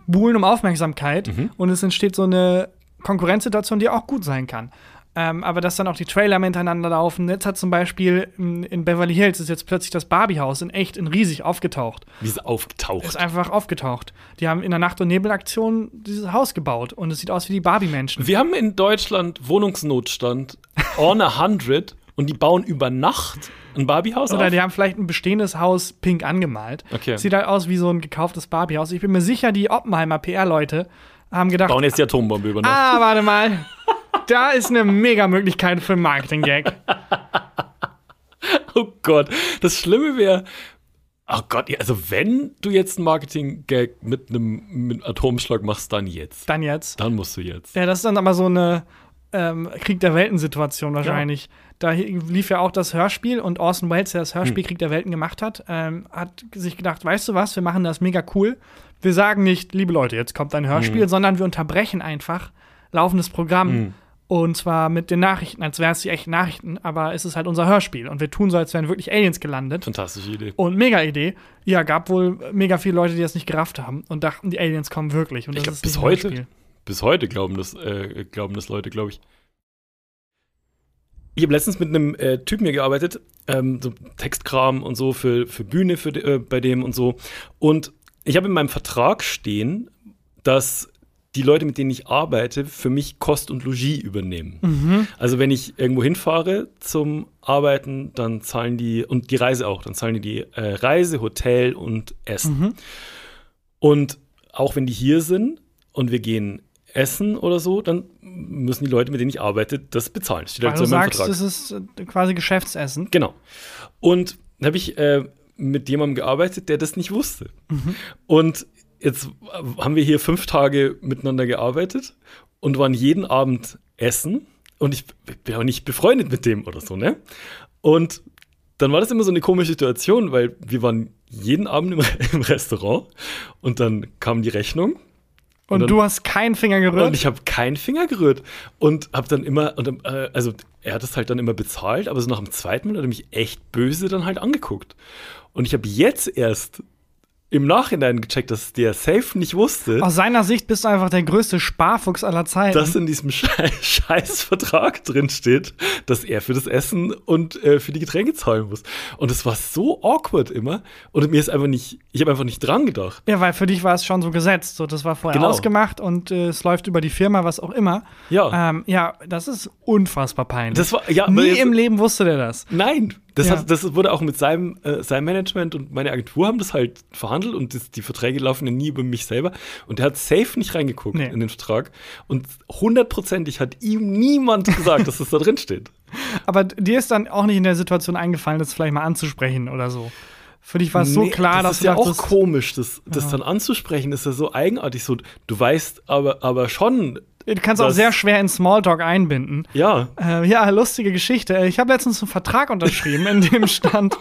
S2: buhlen um Aufmerksamkeit
S3: Mhm.
S2: und es entsteht so eine Konkurrenzsituation, die auch gut sein kann. Ähm, aber dass dann auch die Trailer miteinander laufen. Jetzt hat zum Beispiel in, in Beverly Hills ist jetzt plötzlich das Barbie-Haus in echt, in riesig aufgetaucht.
S3: Wie sie
S2: Ist
S3: aufgetaucht.
S2: einfach aufgetaucht. Die haben in der Nacht- und Nebelaktion dieses Haus gebaut und es sieht aus wie die Barbie-Menschen.
S3: Wir haben in Deutschland Wohnungsnotstand on a 100 und die bauen über Nacht ein Barbiehaus
S2: Oder
S3: auf.
S2: die haben vielleicht ein bestehendes Haus pink angemalt.
S3: Okay.
S2: Sieht halt aus wie so ein gekauftes Barbie-Haus. Ich bin mir sicher, die Oppenheimer PR-Leute haben gedacht,
S3: bauen jetzt die Atombombe über Nacht.
S2: ah, warte mal, da ist eine mega Möglichkeit für einen Marketing-Gag.
S3: Oh Gott. Das Schlimme wäre. Oh Gott, ja, also wenn du jetzt einen Marketing-Gag mit einem mit einem Atomschlag machst, dann jetzt.
S2: Dann jetzt.
S3: Dann musst du jetzt.
S2: Ja, das ist dann aber so eine ähm, Krieg der Welten-Situation wahrscheinlich. Da hi- lief ja auch das Hörspiel und Orson Welles, der das
S3: Hm.
S2: Hörspiel Krieg der Welten gemacht hat, ähm, hat sich gedacht, weißt du was, wir machen das mega cool. Wir sagen nicht, liebe Leute, jetzt kommt ein
S3: Hm.
S2: Hörspiel, sondern wir unterbrechen einfach laufendes Programm. Und zwar mit den Nachrichten, als wären es die echten Nachrichten, aber es ist halt unser Hörspiel. Und wir tun so, als wären wirklich Aliens gelandet.
S3: Fantastische Idee.
S2: Und mega Idee. Ja, gab wohl mega viele Leute, die das nicht gerafft haben und dachten, die Aliens kommen wirklich. Und das
S3: Ich glaub,
S2: ist
S3: bis
S2: nicht ein
S3: heute-
S2: Hörspiel.
S3: Bis heute glauben das, äh, glauben das Leute, glaube ich. Ich habe letztens mit einem äh, Typen hier gearbeitet, ähm, so Textkram und so für, für Bühne für, de- äh, bei dem und so. Und ich habe in meinem Vertrag stehen, dass die Leute, mit denen ich arbeite, für mich Kost und Logis übernehmen.
S2: Mhm.
S3: Also wenn ich irgendwo hinfahre zum Arbeiten, dann zahlen die, und die Reise auch, dann zahlen die die äh, Reise, Hotel und Essen.
S2: Mhm.
S3: Und auch wenn die hier sind und wir gehen essen oder so, dann müssen die Leute, mit denen ich arbeite, das bezahlen. Das steht
S2: Weil
S3: halt so
S2: du
S3: in meinem
S2: sagst,
S3: Vertrag.
S2: es ist äh, quasi Geschäftsessen.
S3: Genau. Und da habe ich äh, mit jemandem gearbeitet, der das nicht wusste. Und jetzt äh, haben wir hier fünf Tage miteinander gearbeitet und waren jeden Abend essen. Und ich bin auch nicht befreundet mit dem oder so, ne? Und dann war das immer so eine komische Situation, weil wir waren jeden Abend im, im Restaurant und dann kam die Rechnung
S2: Und,
S3: Und dann-
S2: du hast keinen Finger
S3: und
S2: gerührt.
S3: ich habe keinen Finger gerührt. Und habe dann immer, und, dann, äh, also er hat es halt dann immer bezahlt, aber so nach dem zweiten Mal hat er mich echt böse dann halt angeguckt. Und ich habe jetzt erst im Nachhinein gecheckt, dass der Safe nicht wusste,
S2: Aus seiner Sicht bist du einfach der größte Sparfuchs aller Zeiten.
S3: dass in diesem Schei- Scheißvertrag drin steht, dass er für das Essen und äh, für die Getränke zahlen muss. Und es war so awkward immer. Und mir ist einfach nicht, ich habe einfach nicht dran gedacht.
S2: ja, weil für dich war es schon so gesetzt. So, das war vorher
S3: Genau.
S2: ausgemacht und äh, es läuft über die Firma, was auch immer.
S3: Ja.
S2: Ähm, ja, das ist unfassbar peinlich.
S3: Das war, ja, aber
S2: Nie
S3: jetzt-
S2: im Leben wusste der das.
S3: Nein, das,
S2: Ja.
S3: hat, das wurde auch mit seinem, äh, seinem Management und meine Agentur haben das halt verhandelt und das, die Verträge laufen ja nie über mich selber. Und der hat safe nicht reingeguckt
S2: Nee.
S3: in den Vertrag. Und hundertprozentig hat ihm niemand gesagt, dass das da drin steht.
S2: Aber d- dir ist dann auch nicht in der Situation eingefallen, das vielleicht mal anzusprechen oder so. Für dich war es so
S3: Nee,
S2: klar,
S3: das
S2: dass
S3: ist
S2: du
S3: ja auch
S2: dachtest,
S3: komisch, das, das dann anzusprechen, ist ja so eigenartig. So, du weißt aber, aber schon,
S2: du kannst auch
S3: das-
S2: sehr schwer in Smalltalk einbinden.
S3: ja.
S2: Äh, ja, lustige Geschichte. Äh, Ich habe letztens einen Vertrag unterschrieben, in dem stand.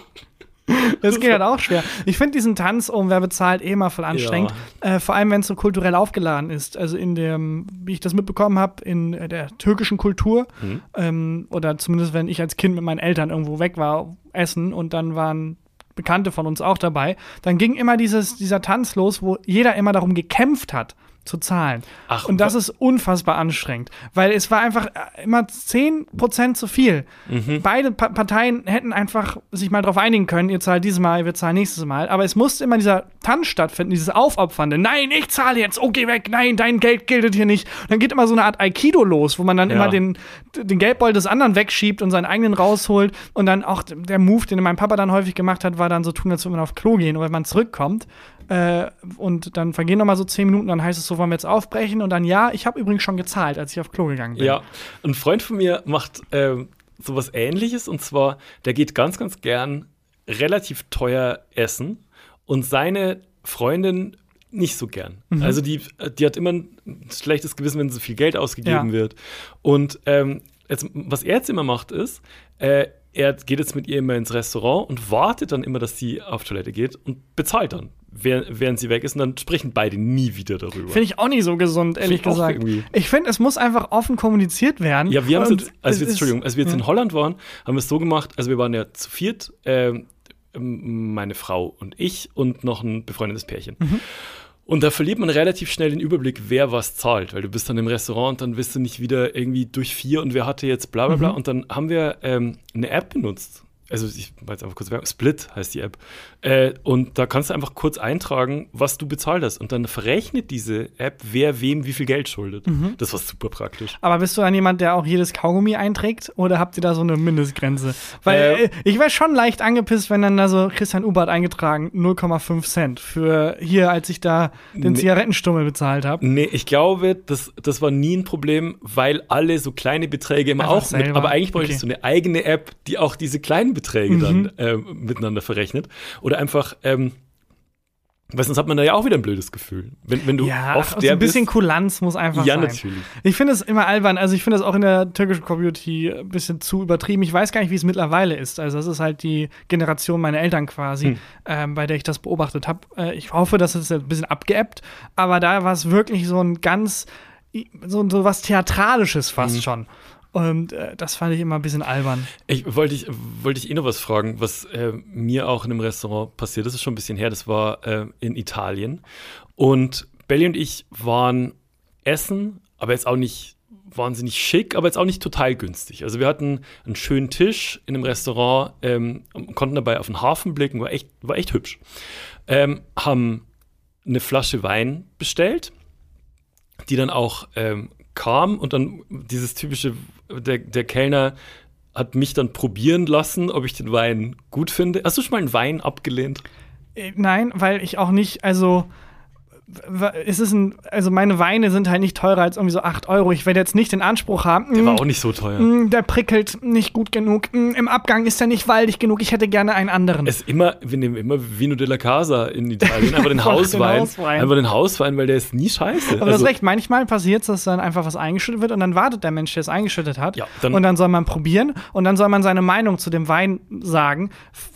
S2: Das geht halt auch schwer. Ich finde diesen Tanz um Wer bezahlt eh mal voll anstrengend. Äh, vor allem, wenn es so kulturell aufgeladen ist. Also in dem, wie ich das mitbekommen habe, in äh, der türkischen Kultur. Ähm, oder zumindest, wenn ich als Kind mit meinen Eltern irgendwo weg war, essen und dann waren Bekannte von uns auch dabei. Dann ging immer dieses, dieser Tanz los, wo jeder immer darum gekämpft hat, zu zahlen.
S3: Ach,
S2: und das ist unfassbar anstrengend, weil es war einfach äh, immer 10% zu viel. Beide pa Parteien hätten einfach sich mal darauf einigen können, ihr zahlt dieses Mal, wir zahlen nächstes Mal. Aber es musste immer dieser Tanz stattfinden, dieses Aufopfernde. Nein, ich zahle jetzt, oh, geh weg, nein, dein Geld gilt hier nicht. Und dann geht immer so eine Art Aikido los, wo man dann
S3: Ja.
S2: immer den, den Geldbeutel des anderen wegschiebt und seinen eigenen rausholt. Und dann auch der Move, den mein Papa dann häufig gemacht hat, war dann so tun, als würde man auf Klo gehen. Und wenn man zurückkommt, äh, und dann vergehen noch mal so zehn Minuten, dann heißt es so, wollen wir jetzt aufbrechen und dann ja, ich habe übrigens schon gezahlt, als ich auf Klo gegangen bin.
S3: Ja, ein Freund von mir macht, ähm, sowas ähnliches und zwar, der geht ganz, ganz gern relativ teuer essen und seine Freundin nicht so gern.
S2: Mhm.
S3: Also die, die hat immer ein schlechtes Gewissen, wenn so viel Geld ausgegeben
S2: Ja.
S3: wird. Und ähm, jetzt, was er jetzt immer macht, ist, äh, er geht jetzt mit ihr immer ins Restaurant und wartet dann immer, dass sie auf Toilette geht und bezahlt dann, während, während sie weg ist. Und dann sprechen beide nie wieder darüber.
S2: Finde ich auch nicht so gesund, ehrlich
S3: ich auch
S2: gesagt.
S3: irgendwie.
S2: Ich finde, es muss einfach offen kommuniziert werden.
S3: Ja, wir haben
S2: Und
S3: jetzt, als
S2: es ist-
S3: wir jetzt,
S2: hm.
S3: Entschuldigung, als wir jetzt in Holland waren, haben wir es so gemacht, also wir waren ja zu viert, ähm, m- meine Frau und ich und noch ein befreundetes Pärchen.
S2: Mhm.
S3: Und da verliert man relativ schnell den Überblick, wer was zahlt, weil du bist dann im Restaurant und dann bist du nicht wieder irgendwie durch vier und wer hatte jetzt bla bla
S2: Mhm.
S3: bla. Und dann haben wir ähm, eine App benutzt. Also ich war jetzt einfach kurz Werbung. Split heißt die App. Äh, und da kannst du einfach kurz eintragen, was du bezahlt hast. Und dann verrechnet diese App, wer wem wie viel Geld schuldet.
S2: Mhm.
S3: Das war super praktisch.
S2: Aber bist du dann jemand, der auch jedes Kaugummi einträgt? Oder habt ihr da so eine Mindestgrenze? Weil
S3: Äh,
S2: äh, ich wäre schon leicht angepisst, wenn dann da so Christian Ubert eingetragen, 0,5 Cent für hier, als ich da den
S3: Nee.
S2: Zigarettenstummel bezahlt habe.
S3: Nee, ich glaube, das, das war nie ein Problem, weil alle so kleine Beträge immer
S2: Einfach
S3: auch mit,
S2: selber.
S3: aber eigentlich bräuchte ich
S2: Okay. Mhm.
S3: so eine eigene App, die auch diese kleinen Beträge dann ähm, miteinander verrechnet. Oder einfach, ähm, weil sonst hat man da ja auch wieder ein blödes Gefühl. Wenn, wenn du
S2: Ja,
S3: oft
S2: also
S3: der
S2: ein bisschen
S3: bist,
S2: Kulanz muss einfach
S3: Ja,
S2: sein.
S3: natürlich.
S2: Ich finde es immer albern. Also ich finde es auch in der türkischen Community ein bisschen zu übertrieben. Ich weiß gar nicht, wie es mittlerweile ist. Also das ist halt die Generation meiner Eltern quasi,
S3: Hm.
S2: ähm, bei der ich das beobachtet habe. Äh, ich hoffe, dass es jetzt ein bisschen abgeebbt, aber da war es wirklich so ein ganz, so, so was Theatralisches fast
S3: Hm.
S2: schon. Und äh, das fand ich immer ein bisschen albern.
S3: Ich wollte ich, wollte ich eh noch was fragen, was äh, mir auch in einem Restaurant passiert. Das ist schon ein bisschen her. Das war äh, in Italien. Und Belly und ich waren essen, aber jetzt auch nicht wahnsinnig schick, aber jetzt auch nicht total günstig. Also wir hatten einen schönen Tisch in einem Restaurant, ähm, und konnten dabei auf den Hafen blicken, war echt, war echt hübsch. Ähm, haben eine Flasche Wein bestellt die dann auch ähm, kam und dann dieses typische, der, der Kellner hat mich dann probieren lassen, ob ich den Wein gut finde. Hast du schon mal einen Wein abgelehnt?
S2: Äh, Nein, weil ich auch nicht, also w- es ist ein, also meine Weine sind halt nicht teurer als irgendwie so 8 Euro. Ich werde jetzt nicht den Anspruch haben,
S3: Der
S2: "Mm,
S3: war auch nicht so teuer.
S2: Mm, Der prickelt nicht gut genug. Mm, Im Abgang ist er nicht waldig genug. Ich hätte gerne einen anderen.
S3: Es ist immer, wir nehmen immer Vino della Casa in Italien, einfach den Hauswein.
S2: Hauswein.
S3: Einfach den Hauswein, weil der ist nie scheiße. Also,
S2: aber das recht, manchmal passiert es, dass dann einfach was eingeschüttet wird und dann wartet der Mensch, der es eingeschüttet hat.
S3: Ja, dann-
S2: und dann soll man probieren und dann soll man seine Meinung zu dem Wein sagen,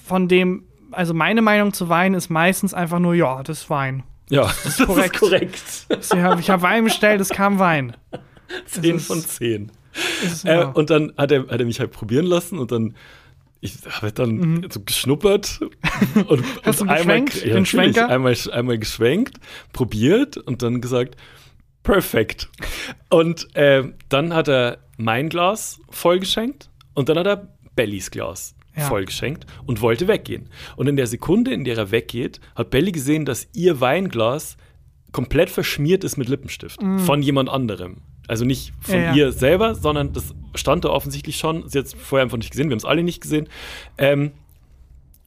S2: von dem, also meine Meinung zu Wein ist meistens einfach nur, ja, das ist Wein.
S3: ja, das ist
S2: korrekt.
S3: korrekt.
S2: Ich habe hab Wein bestellt, es kam Wein.
S3: Zehn
S2: ist-
S3: von zehn.
S2: Das ist-
S3: Äh,
S2: ja.
S3: und dann hat er, hat er mich halt probieren lassen und dann ich habe dann so geschnuppert und,
S2: Mhm. Hast
S3: und
S2: du geschwenkt,
S3: ja,
S2: den
S3: natürlich,
S2: Schwenker?
S3: einmal einmal geschwenkt, probiert und dann gesagt perfekt. Und äh, dann hat er mein Glas voll geschenkt und dann hat er Bellys Glas
S2: Ja.
S3: voll geschenkt und wollte weggehen. Und in der Sekunde, in der er weggeht, hat Belly gesehen, dass ihr Weinglas komplett verschmiert ist mit Lippenstift von jemand anderem. Also nicht von
S2: Mhm. Ja, ja.
S3: ihr selber, sondern das stand da offensichtlich schon. Sie hat es vorher einfach nicht gesehen, wir haben es alle nicht gesehen. Ähm,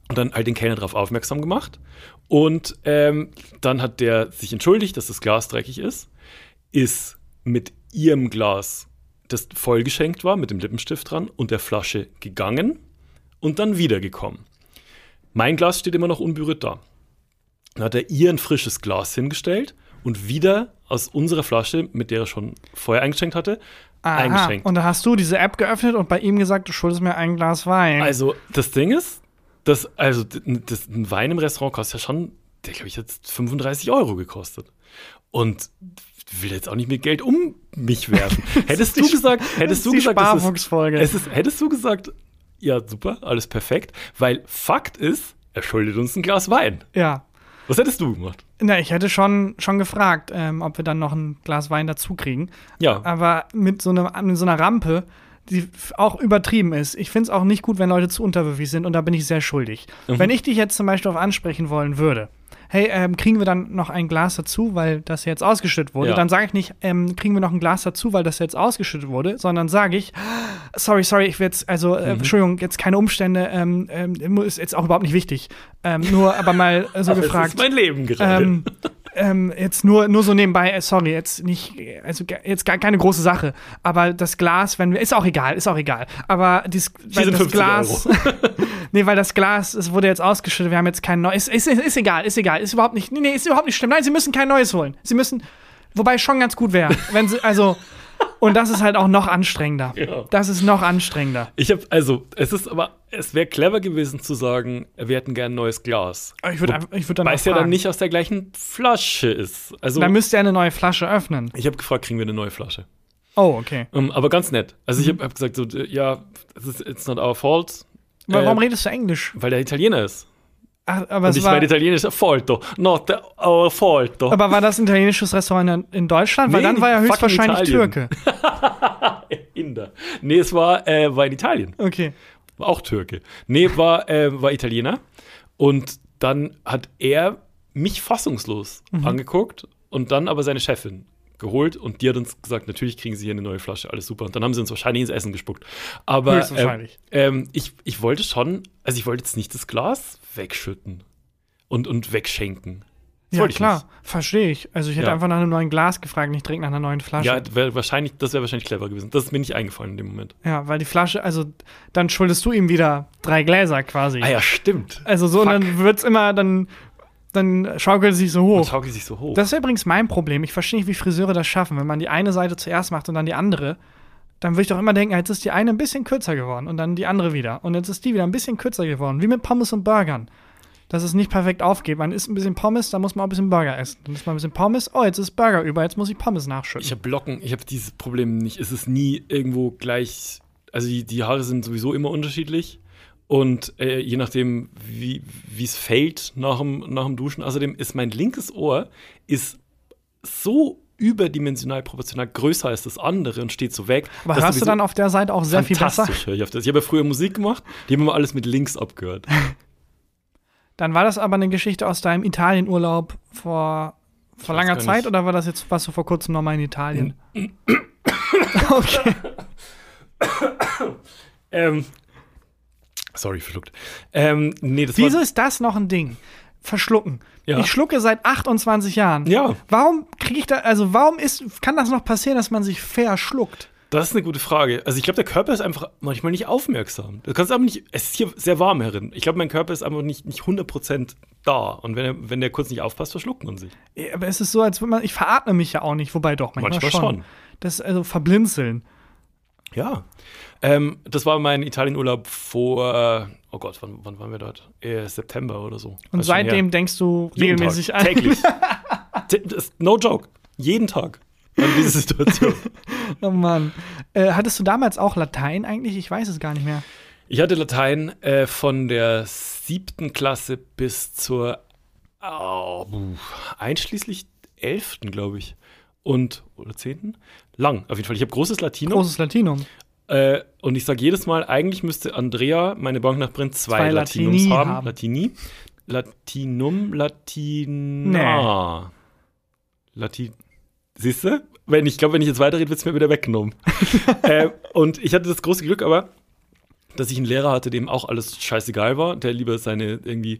S3: und dann halt den Kellner darauf aufmerksam gemacht. Und ähm, dann hat der sich entschuldigt, dass das Glas dreckig ist, ist mit ihrem Glas, das vollgeschenkt war, mit dem Lippenstift dran und der Flasche gegangen und dann wiedergekommen. Mein Glas steht immer noch unberührt da. Dann hat er ihr ein frisches Glas hingestellt und wieder aus unserer Flasche, mit der er schon vorher eingeschenkt hatte,
S2: Aha.
S3: eingeschenkt.
S2: Und da hast du diese App geöffnet und bei ihm gesagt, du schuldest mir ein Glas Wein.
S3: Also, das Ding ist, dass, also, d- das, ein Wein im Restaurant kostet ja schon, der glaube ich, jetzt 35 Euro gekostet. Und will jetzt auch nicht mit Geld um mich werfen. hättest du gesagt,
S2: das ist
S3: hättest du
S2: die
S3: gesagt, es ist,
S2: Sparfuchsfolge.
S3: es ist, hättest du gesagt, ja, super, alles perfekt, weil Fakt ist, er schuldet uns ein Glas Wein.
S2: ja.
S3: Was hättest du gemacht?
S2: Na, ich hätte schon, schon gefragt, ähm, ob wir dann noch ein Glas Wein dazu kriegen.
S3: Ja.
S2: Aber mit so, einem, mit so einer Rampe, die f- auch übertrieben ist. Ich finde es auch nicht gut, wenn Leute zu unterwürfig sind und da bin ich sehr schuldig. Wenn ich dich jetzt zum Beispiel auf ansprechen wollen würde, hey, ähm, kriegen wir dann noch ein Glas dazu, weil das jetzt ausgeschüttet wurde,
S3: Ja.
S2: dann sage ich nicht, ähm, kriegen wir noch ein Glas dazu, weil das jetzt ausgeschüttet wurde, sondern sage ich, sorry, sorry, ich will jetzt, also, äh, Entschuldigung, jetzt keine Umstände, ähm, ähm, ist jetzt auch überhaupt nicht wichtig. Ähm, nur aber mal äh, so
S3: Aber
S2: gefragt.
S3: Das ist mein Leben gerade.
S2: Ähm, ähm, jetzt nur, nur so nebenbei, äh, sorry, jetzt nicht, äh, also ge- jetzt gar keine große Sache, aber das Glas, wenn wir, ist auch egal, ist auch egal, aber dies, weil
S3: sind
S2: das
S3: 50
S2: Glas, nee, weil das Glas, es wurde jetzt ausgeschüttet, wir haben jetzt kein neues, ist, ist, ist egal, ist egal, ist überhaupt nicht, nee, nee, ist überhaupt nicht schlimm, nein, sie müssen kein neues holen, sie müssen, wobei schon ganz gut wäre, wenn sie, also, und das ist halt auch noch anstrengender,
S3: Ja.
S2: das ist noch anstrengender.
S3: Ich habe also, es ist aber, es wäre clever gewesen zu sagen, wir hätten gern ein neues Glas.
S2: Aber Ich würde einfach- ich würde dann
S3: Weil
S2: auch
S3: es ja dann
S2: fragen.
S3: nicht aus der gleichen Flasche ist. Also,
S2: Dann müsst ihr eine neue Flasche öffnen.
S3: ich habe gefragt, kriegen wir eine neue Flasche?
S2: Oh, okay.
S3: Ähm, aber ganz nett. Also,
S2: Mhm.
S3: ich habe hab gesagt, so, d- ja, es ist it's not our fault.
S2: Aber Warum
S3: Äh,
S2: redest du Englisch?
S3: Weil der Italiener ist.
S2: Ach, aber,
S3: Und
S2: es
S3: ich
S2: war,
S3: meine, Italienisch ist Folto, not our Folto.
S2: aber war das ein italienisches Restaurant in, in Deutschland? Weil
S3: Nee,
S2: dann war er
S3: fucking
S2: höchstwahrscheinlich
S3: Italien.
S2: Türke.
S3: Inder. Nee, es war, äh, war in Italien.
S2: Okay.
S3: War auch Türke. Nee, war, äh, war Italiener. Und dann hat er mich fassungslos
S2: Mhm.
S3: angeguckt und dann aber seine Chefin geholt und die hat uns gesagt, natürlich kriegen sie hier eine neue Flasche, alles super. Und dann haben sie uns wahrscheinlich ins Essen gespuckt. Aber ähm,
S2: Höchstwahrscheinlich.
S3: ähm, ich, ich wollte schon, also ich wollte jetzt nicht das Glas wegschütten und, und wegschenken. Das
S2: Ja,
S3: wollte ich
S2: klar. Verstehe ich. Also ich hätte
S3: Ja.
S2: einfach nach einem neuen Glas gefragt, nicht direkt nach einer neuen
S3: nicht.
S2: Flasche.
S3: Ja, wär wahrscheinlich, das wäre wahrscheinlich clever gewesen. Das ist mir nicht eingefallen in dem Moment.
S2: Ja, weil die Flasche, also dann schuldest du ihm wieder drei Gläser quasi.
S3: Ah ja, stimmt.
S2: Also so, und dann wird's immer, dann, dann schaukelt es sich so
S3: Und
S2: hoch.
S3: schaukelt sich so hoch.
S2: Das ist übrigens mein Problem. Ich verstehe nicht, wie Friseure das schaffen. Wenn man die eine Seite zuerst macht und dann die andere, dann würde ich doch immer denken, jetzt ist die eine ein bisschen kürzer geworden und dann die andere wieder. Und jetzt ist die wieder ein bisschen kürzer geworden. Wie mit Pommes und Burgern. Dass es nicht perfekt aufgeht. Man isst ein bisschen Pommes, dann muss man auch ein bisschen Burger essen. Dann isst man ein bisschen Pommes, oh, jetzt ist Burger über, jetzt muss ich Pommes nachschütten.
S3: Ich habe Locken, ich habe dieses Problem nicht. Es ist nie irgendwo gleich. Also die, die Haare sind sowieso immer unterschiedlich. Und äh, je nachdem, wie es fällt nach dem, nach dem Duschen. Außerdem ist mein linkes Ohr ist so überdimensional proportional größer als das andere und steht so weg.
S2: Aber
S3: dass
S2: hörst du
S3: sowieso-
S2: dann auf der Seite auch sehr viel besser?
S3: Fantastisch höre ich auf das. Ich habe ja früher Musik gemacht, die haben immer alles mit links abgehört.
S2: Dann war das aber eine Geschichte aus deinem Italienurlaub vor, vor
S3: weiß
S2: langer
S3: gar
S2: Zeit
S3: nicht.
S2: oder war das jetzt, warst du vor kurzem nochmal in Italien? okay.
S3: ähm, sorry, verschluckt. Ähm, nee, das
S2: Wieso
S3: war.
S2: ist das noch ein Ding? Verschlucken.
S3: Ja.
S2: Ich schlucke seit 28 Jahren.
S3: Ja.
S2: Warum kriege ich da, also warum ist, kann das noch passieren, dass man sich verschluckt?
S3: Das ist eine gute Frage. Also ich glaube, der Körper ist einfach manchmal nicht aufmerksam. Du kannst aber nicht, es ist hier sehr warm herin. Ich glaube, mein Körper ist einfach nicht, nicht 100% da. Und wenn, er, wenn der kurz nicht aufpasst, verschluckt man sich.
S2: Ja, Aber es ist so, als würde man, ich veratme mich ja auch nicht, wobei doch, manchmal,
S3: Manchmal
S2: schon.
S3: schon.
S2: Das, also verblinzeln.
S3: Ja. Ähm, das war mein Italienurlaub vor, oh Gott, wann, wann waren wir dort? Äh, September oder so.
S2: Und
S3: Also schon her.
S2: seitdem denkst du
S3: Jeden
S2: regelmäßig
S3: Tag, Täglich. T- das ist no joke. Jeden Tag. An diese Situation.
S2: Oh Mann. Äh, hattest du damals auch Latein eigentlich? Ich weiß es gar nicht mehr.
S3: Ich hatte Latein äh, von der siebten Klasse bis zur au, buh, einschließlich elften, glaube ich. Und, oder zehnten? Lang, auf jeden Fall. Ich habe großes Latino.
S2: Großes Latinum.
S3: Äh, und ich sage jedes Mal, eigentlich müsste Andrea, meine Banknachbarin, zwei,
S2: Zwei
S3: Latinums
S2: Latini
S3: haben.
S2: haben.
S3: Latini. Latinum, Latina. Latin. Siehst du? Wenn ich glaube, wenn ich jetzt weiterrede, wird es mir wieder weggenommen. äh, und ich hatte das große Glück, aber, dass ich einen Lehrer hatte, dem auch alles scheißegal war, der lieber seine irgendwie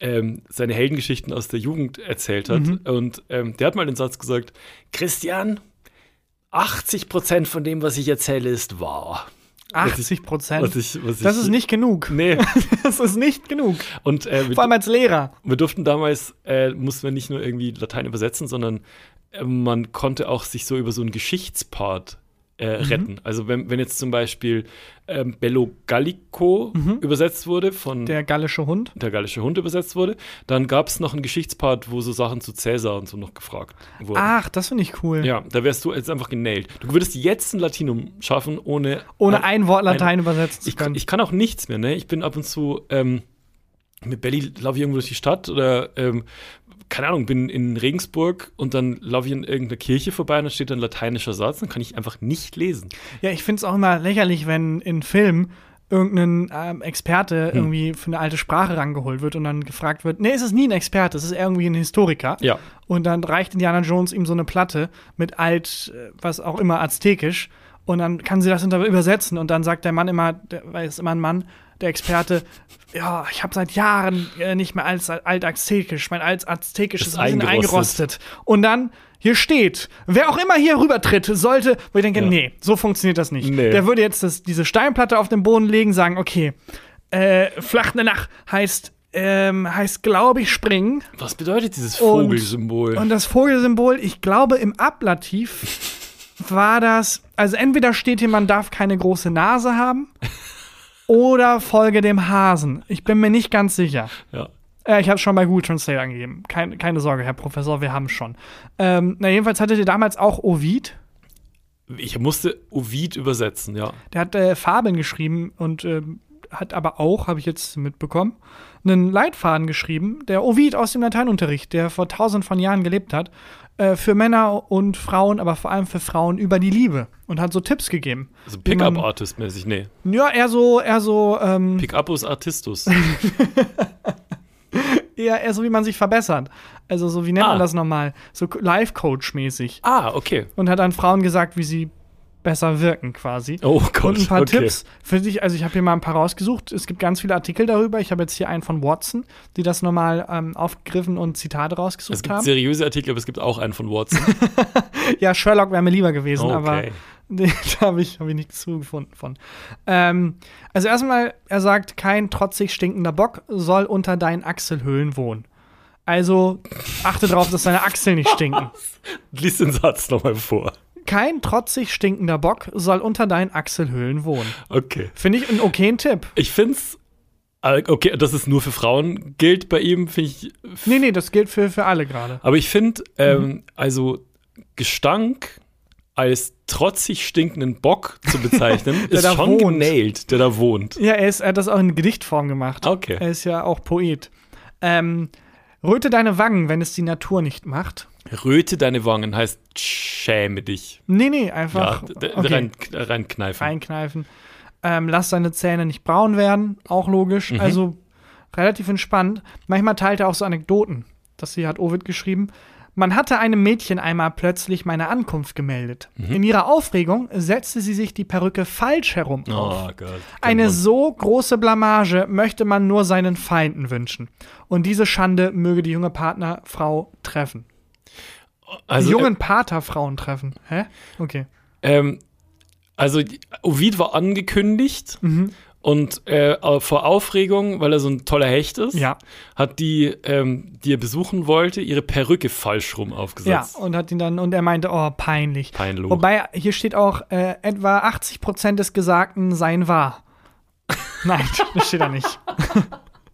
S3: ähm, seine Heldengeschichten aus der Jugend erzählt hat. Und ähm, der hat mal den Satz gesagt: Christian, 80 Prozent von dem, was ich erzähle, ist wahr. Was ich-
S2: 80 Prozent.
S3: Was ich, was
S2: Das
S3: ich,
S2: ist nicht genug.
S3: Nee.
S2: Das ist nicht genug.
S3: Und äh, wir,
S2: Vor allem als Lehrer.
S3: wir durften damals, äh, mussten wir nicht nur irgendwie Latein übersetzen, sondern äh, man konnte auch sich so über so einen Geschichtspart äh,
S2: Mhm.
S3: retten. Also wenn, wenn jetzt zum Beispiel ähm, Bello Gallico übersetzt wurde von
S2: Mhm. Der gallische Hund.
S3: der gallische Hund übersetzt wurde, dann gab es noch einen Geschichtspart, wo so Sachen zu Cäsar und so noch gefragt wurden.
S2: Ach, das finde ich cool.
S3: Ja, da wärst du jetzt einfach genäht. Du würdest jetzt ein Latinum schaffen, ohne.
S2: Ohne ein Wort Latein
S3: ein-
S2: übersetzen zu
S3: Ich, kann-
S2: können.
S3: ich kann auch nichts mehr, ne? Ich bin ab und zu ähm, mit Belly laufe ich irgendwo durch die Stadt oder ähm, keine Ahnung, bin in Regensburg und dann laufe ich in irgendeiner Kirche vorbei und dann steht da ein lateinischer Satz, dann kann ich einfach nicht lesen.
S2: ja, ich finde es auch immer lächerlich, wenn in Filmen irgendein ähm,
S3: Hm.
S2: Experte irgendwie für eine alte Sprache rangeholt wird und dann gefragt wird, nee, es ist nie ein Experte, es ist irgendwie ein Historiker.
S3: Ja.
S2: Und dann reicht Indiana Jones ihm so eine Platte mit alt, äh, was auch immer, aztekisch. Und dann kann sie das hinter übersetzen. Und dann sagt der Mann immer, der, weil es ist immer ein Mann, der Experte, ja, ich habe seit Jahren äh, nicht mehr als altaztekisch, mein altaztekisches
S3: Ist
S2: Wissen
S3: eingerostet.
S2: eingerostet. Und dann hier steht, wer auch immer hier rübertritt, sollte, wo ich denke, nee, so funktioniert das nicht.
S3: Nee.
S2: Der würde jetzt das, diese Steinplatte auf den Boden legen, sagen, okay, äh, Flachnenach heißt, ähm, heißt glaube ich, springen.
S3: Was bedeutet dieses
S2: Und-
S3: Vogelsymbol?
S2: Und das Vogelsymbol, ich glaube, im Ablativ war das, also entweder steht hier, man darf keine große Nase haben oder folge dem Hasen. Ich bin mir nicht ganz sicher.
S3: ja.
S2: Äh, ich habe schon bei Google Translate angegeben. Kein, keine Sorge, Herr Professor, wir haben schon. Ähm, na, jedenfalls hattet ihr damals auch Ovid.
S3: Ich musste Ovid übersetzen, ja.
S2: Der hat äh, Fabeln geschrieben und ähm, hat aber auch, habe ich jetzt mitbekommen, einen Leitfaden geschrieben, der Ovid aus dem Lateinunterricht, der vor tausend von Jahren gelebt hat, äh, für Männer und Frauen, aber vor allem für Frauen über die Liebe und hat so Tipps gegeben.
S3: Also
S2: wie man-
S3: Pickup-Artist-mäßig, nee.
S2: Ja, eher so, eher so, ähm,
S3: Pickupus Artistus.
S2: eher, eher so, wie man sich verbessert. Also so, wie nennt
S3: Ah.
S2: man das nochmal? So Life-Coach-mäßig.
S3: ah, okay.
S2: Und hat an Frauen gesagt, wie sie besser wirken quasi.
S3: Oh Gott,
S2: und ein paar
S3: okay.
S2: Tipps für dich. Also ich habe hier mal ein paar rausgesucht. Es gibt ganz viele Artikel darüber. Ich habe jetzt hier einen von Watson, die das nochmal ähm, aufgegriffen und Zitate
S3: Es
S2: rausgesucht
S3: gibt
S2: haben.
S3: seriöse Artikel, aber es gibt auch einen von Watson.
S2: Ja, Sherlock wäre mir lieber gewesen,
S3: Okay.
S2: aber nee, da habe ich, hab ich nichts zugefunden von. Ähm, also erstmal, er sagt, kein trotzig stinkender Bock soll unter deinen Achselhöhlen wohnen. Also achte darauf, dass deine Achseln nicht stinken.
S3: Lies den Satz nochmal vor.
S2: Kein trotzig stinkender Bock soll unter deinen Achselhöhlen wohnen.
S3: Okay.
S2: Finde ich einen okayen Tipp.
S3: Ich find's. äh, Okay, dass es nur für Frauen gilt bei ihm, finde ich.
S2: Nee, nee, das gilt für, für alle gerade.
S3: Aber ich finde, ähm,
S2: Mhm.
S3: also Gestank als trotzig stinkenden Bock zu bezeichnen, ist
S2: da
S3: schon
S2: wohnt.
S3: genailt, der da wohnt.
S2: Ja, er, ist, er hat das auch in Gedichtform gemacht.
S3: Okay.
S2: Er ist ja auch Poet. Ähm, röte deine Wangen, wenn es die Natur nicht macht.
S3: Röte deine Wangen heißt schäme dich.
S2: Nee, nee,
S3: Ja,
S2: einfach
S3: d- d-
S2: okay,
S3: rein, reinkneifen.
S2: reinkneifen. Ähm, lass seine Zähne nicht braun werden, auch logisch.
S3: Mhm.
S2: Also relativ entspannt. Manchmal teilt er auch so Anekdoten. Das hier hat Ovid geschrieben. Man hatte einem Mädchen einmal plötzlich meine Ankunft gemeldet.
S3: Mhm.
S2: In ihrer Aufregung setzte sie sich die Perücke falsch herum auf.
S3: Oh Gott.
S2: Eine so große Blamage möchte man nur seinen Feinden wünschen. Und diese Schande möge die junge Partnerfrau treffen.
S3: also,
S2: die jungen Paterfrauen treffen. Hä? Okay.
S3: Ähm, also die- Ovid war angekündigt
S2: Mhm.
S3: und äh, au- vor Aufregung, weil er so ein toller Hecht ist,
S2: Ja.
S3: hat die, ähm, die er besuchen wollte, ihre Perücke falsch rum aufgesetzt.
S2: Ja, und hat ihn dann, und er meinte, oh, peinlich.
S3: Peinlich.
S2: Wobei, hier steht auch, äh, etwa 80% des Gesagten seien wahr. Nein, das steht da nicht.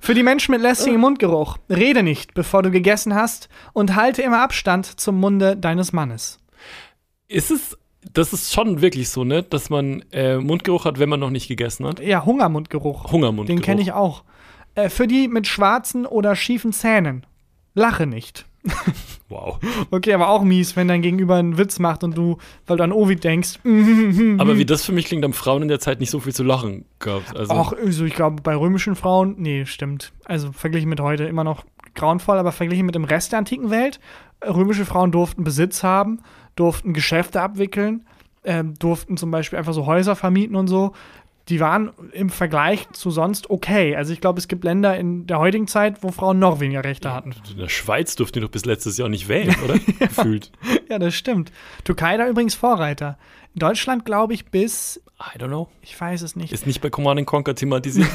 S2: Für die Menschen mit lästigem Mundgeruch, rede nicht, bevor du gegessen hast, und halte immer Abstand zum Munde deines Mannes.
S3: Ist es, das ist schon wirklich so, ne, dass man äh, Mundgeruch hat, wenn man noch nicht gegessen hat.
S2: Ja, Hungermundgeruch.
S3: Hungermundgeruch.
S2: Den kenne ich auch. Äh, für die mit schwarzen oder schiefen Zähnen. Lache nicht.
S3: Wow.
S2: Okay, aber auch mies, wenn dein Gegenüber einen Witz macht und du, weil du an Ovid denkst, mm,
S3: Aber wie das für mich klingt, haben Frauen in der Zeit nicht so viel zu lachen gehabt. Also,
S2: ach, also ich glaube, bei römischen Frauen, nee, stimmt. Also verglichen mit heute immer noch grauenvoll, aber verglichen mit dem Rest der antiken Welt, äh, römische Frauen durften Besitz haben, durften Geschäfte abwickeln, ähm, durften zum Beispiel einfach so Häuser vermieten und so. Die waren im Vergleich zu sonst okay. Also ich glaube, es gibt Länder in der heutigen Zeit, wo Frauen noch weniger Rechte hatten.
S3: in der Schweiz durften die doch bis letztes Jahr nicht wählen, oder? Gefühlt.
S2: Ja, das stimmt. Türkei da übrigens Vorreiter. In Deutschland glaube ich bis,
S3: I don't know.
S2: ich weiß es nicht.
S3: Ist nicht bei Command and Conquer thematisiert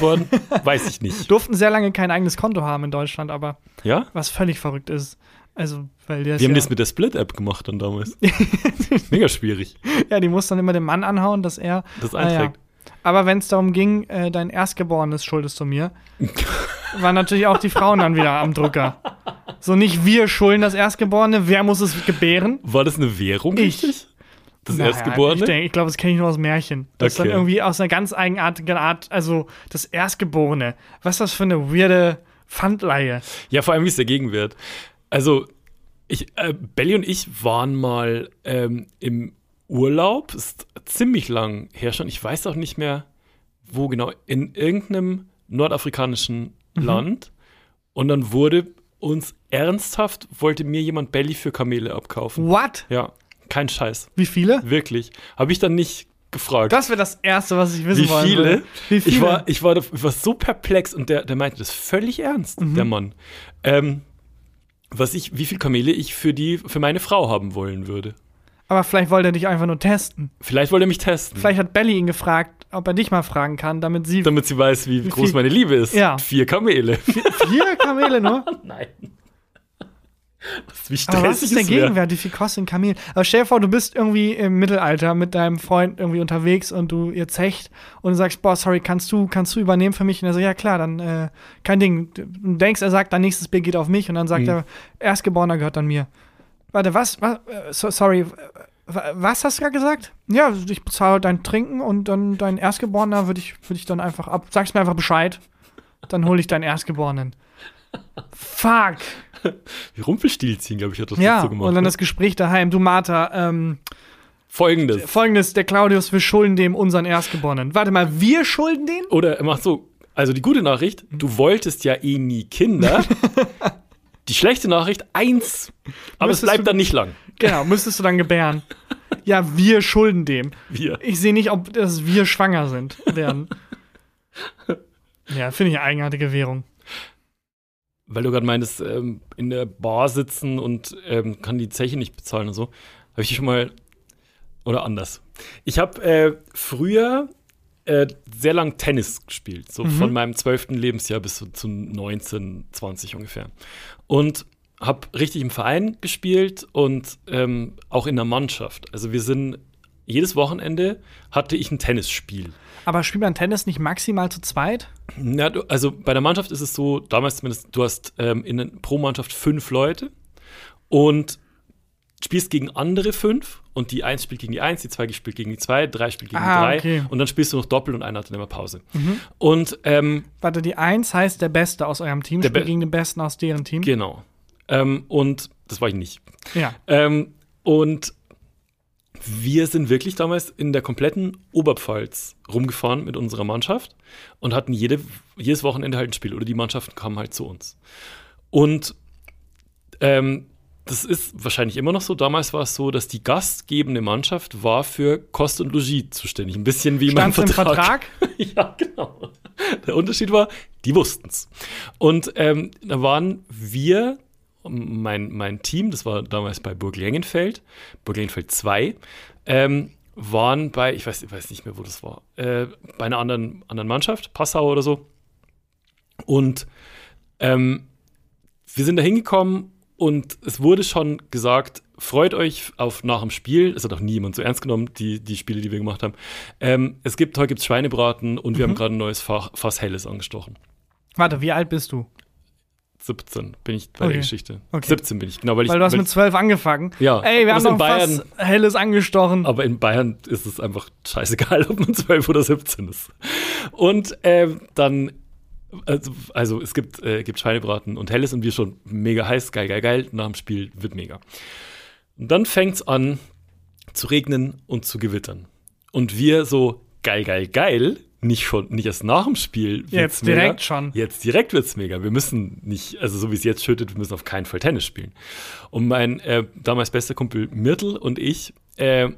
S3: worden? Weiß ich nicht.
S2: durften sehr lange kein eigenes Konto haben in Deutschland, aber
S3: Ja?
S2: was völlig verrückt ist. Also, weil die
S3: Die haben
S2: ja,
S3: das mit der Split-App gemacht dann damals. Mega schwierig.
S2: ja, die muss dann immer den Mann anhauen, dass er
S3: Das
S2: Ah, ja.
S3: einträgt.
S2: Aber wenn es darum ging, äh, dein Erstgeborenes schuldest du mir, waren natürlich auch die Frauen dann wieder am Drücker. So nicht wir schulden das Erstgeborene, wer muss es gebären?
S3: War das eine Währung
S2: Ich.
S3: richtig? Das
S2: Naja,
S3: Erstgeborene?
S2: Ich, denk- ich glaube, das kenne ich nur aus Märchen. Das ist
S3: Okay.
S2: dann irgendwie aus einer ganz eigenartigen Art, also das Erstgeborene. Was ist das für eine weirde Pfandleihe?
S3: ja, vor allem, wie ist der Gegenwert? Also, ich, äh, Belly und ich waren mal ähm, im Urlaub, ist ziemlich lang her schon. Ich weiß auch nicht mehr, wo genau. In irgendeinem nordafrikanischen Land. Und dann wurde uns ernsthaft, wollte mir jemand Belly für Kamele abkaufen.
S2: What?
S3: Ja, kein Scheiß.
S2: Wie viele?
S3: Wirklich. Habe ich dann nicht gefragt.
S2: Das wäre das Erste, was ich wissen
S3: wie
S2: wollen
S3: viele?
S2: würde. Wie viele?
S3: Ich war, ich war, ich war so perplex und der, der meinte das völlig ernst,
S2: Mhm.
S3: der Mann. Ähm, was ich, wie viel Kamele ich für die, für meine Frau haben wollen würde.
S2: Aber vielleicht wollte er dich einfach nur testen.
S3: Vielleicht wollte er mich testen.
S2: Vielleicht hat Belly ihn gefragt, ob er dich mal fragen kann, damit sie
S3: damit sie weiß, wie groß
S2: viel?
S3: meine Liebe ist.
S2: Ja.
S3: Vier Kamele.
S2: vier Kamele nur.
S3: Nein. Was, wie stressig
S2: Aber was ist denn
S3: es wär.
S2: gegenwärtig? Wie kostet ein Kamel? Aber stell dir vor, du bist irgendwie im Mittelalter mit deinem Freund irgendwie unterwegs und du ihr zecht und du sagst, boah, sorry, kannst du, kannst du übernehmen für mich? Und er so, ja klar, dann äh, kein Ding. Du denkst, er sagt, dein nächstes Bier geht auf mich und dann sagt er, Erstgeborener gehört dann mir. Warte, was? was äh, so, sorry, äh, wa- was hast du gerade gesagt? Ja, ich bezahle dein Trinken und dann dein Erstgeborener würde ich, würd ich dann einfach ab. Sagst mir einfach Bescheid, dann hole ich deinen Erstgeborenen. Fuck!
S3: Rumpelstilzchen, glaube ich, hat das
S2: Ja,
S3: so gemacht.
S2: und dann
S3: ne?
S2: das Gespräch daheim. Du, Martha, ähm,
S3: Folgendes.
S2: folgendes: Der Claudius, wir schulden dem unseren Erstgeborenen. Warte mal, wir schulden den?
S3: Oder er macht so, also die gute Nachricht,
S2: Mhm.
S3: du wolltest ja eh nie Kinder. die schlechte Nachricht, eins. Aber
S2: Müsstest
S3: es bleibt
S2: du-
S3: dann nicht lang.
S2: Genau, müsstest du dann gebären. Ja, wir schulden dem.
S3: Wir.
S2: Ich sehe nicht, ob das wir schwanger sind werden. Ja, finde ich eine eigenartige Währung.
S3: Weil du gerade meintest, ähm, in der Bar sitzen und ähm, kann die Zeche nicht bezahlen und so. Habe ich dich schon mal. Oder anders. Ich habe äh, früher äh, sehr lang Tennis gespielt. So von meinem 12. Lebensjahr bis so zu 19, 20 ungefähr. Und habe richtig im Verein gespielt und ähm, auch in der Mannschaft. Also wir sind. Jedes Wochenende hatte ich ein Tennisspiel.
S2: Aber spielt man Tennis nicht maximal zu zweit?
S3: Na, du, also bei der Mannschaft ist es so, damals zumindest, du hast ähm, in, pro Mannschaft fünf Leute und spielst gegen andere fünf und die eins spielt gegen die eins, die zwei spielt gegen die zwei, drei spielt gegen
S2: Ah,
S3: die drei
S2: okay. Mhm.
S3: und dann spielst du noch Doppel und einer hat dann immer Pause. Und ähm,
S2: Warte, die Eins heißt der Beste aus eurem Team,
S3: Der
S2: spielt
S3: Be-
S2: gegen den Besten aus deren Team.
S3: genau. Ähm, und das war ich nicht.
S2: Ja.
S3: Ähm, und wir sind wirklich damals in der kompletten Oberpfalz rumgefahren mit unserer Mannschaft und hatten jede, jedes Wochenende halt ein Spiel oder die Mannschaften kamen halt zu uns. Und ähm, das ist wahrscheinlich immer noch so. Damals war es so, dass die gastgebende Mannschaft war für Kost und Logis zuständig. Ein bisschen wie mein
S2: Stand's im
S3: Vertrag.
S2: Vertrag?
S3: ja, genau. Der Unterschied war, die wussten's. Und ähm, da waren wir, mein, mein Team, das war damals bei Burg Lengenfeld, Burg Lengenfeld 2, ähm, waren bei, ich weiß, ich weiß nicht mehr, wo das war, äh, bei einer anderen, anderen Mannschaft, Passau oder so. Und ähm, wir sind da hingekommen und es wurde schon gesagt, freut euch auf nach dem Spiel. Es hat auch nie jemand so ernst genommen, die, die Spiele, die wir gemacht haben. Ähm, es gibt, heute gibt's Schweinebraten und
S2: Mhm.
S3: wir haben gerade ein neues Fach, Fass Helles angestochen.
S2: Warte, wie alt bist du?
S3: 17 bin ich bei
S2: Okay.
S3: der Geschichte.
S2: Okay.
S3: 17 bin ich, genau, weil,
S2: Weil
S3: ich.
S2: du hast
S3: weil,
S2: mit zwölf angefangen.
S3: Ja,
S2: Ey, wir
S3: das
S2: haben noch
S3: in
S2: was
S3: Bayern.
S2: Helles angestochen.
S3: aber in Bayern ist es einfach scheißegal, ob man 12 oder 17 ist. Und ähm, dann, also, also es gibt, äh, gibt Schweinebraten und Helles und wir schon mega heiß, geil, geil, geil, nach dem Spiel wird mega. Und dann fängt's an zu regnen und zu gewittern. Und wir so geil, geil, geil, nicht schon, nicht erst nach dem Spiel. wird's
S2: Jetzt
S3: mega.
S2: direkt schon.
S3: Jetzt direkt wird's mega. Wir müssen nicht, also so wie es jetzt schüttet, wir müssen auf keinen Fall Tennis spielen. Und mein äh, damals bester Kumpel Myrtle und ich äh,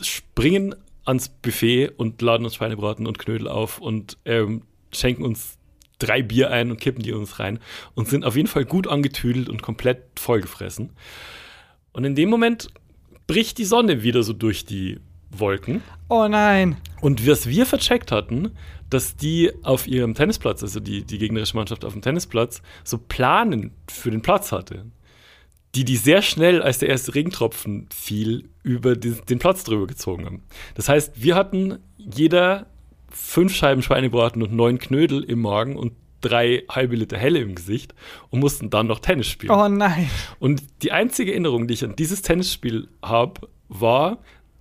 S3: springen ans Buffet und laden uns Schweinebraten und Knödel auf und ähm, schenken uns drei Bier ein und kippen die uns rein und sind auf jeden Fall gut angetüdelt und komplett vollgefressen. Und in dem Moment bricht die Sonne wieder so durch die Wolken.
S2: Oh nein.
S3: Und was wir vercheckt hatten, dass die auf ihrem Tennisplatz, also die, die gegnerische Mannschaft auf dem Tennisplatz, so Planen für den Platz hatte. Die die sehr schnell, als der erste Regentropfen fiel, über den, den Platz drüber gezogen haben. Das heißt, wir hatten jeder fünf Scheiben Schweinebraten und neun Knödel im Magen und drei halbe Liter Helle im Gesicht und mussten dann noch Tennis spielen.
S2: Oh nein.
S3: Und die einzige Erinnerung, die ich an dieses Tennisspiel habe, war,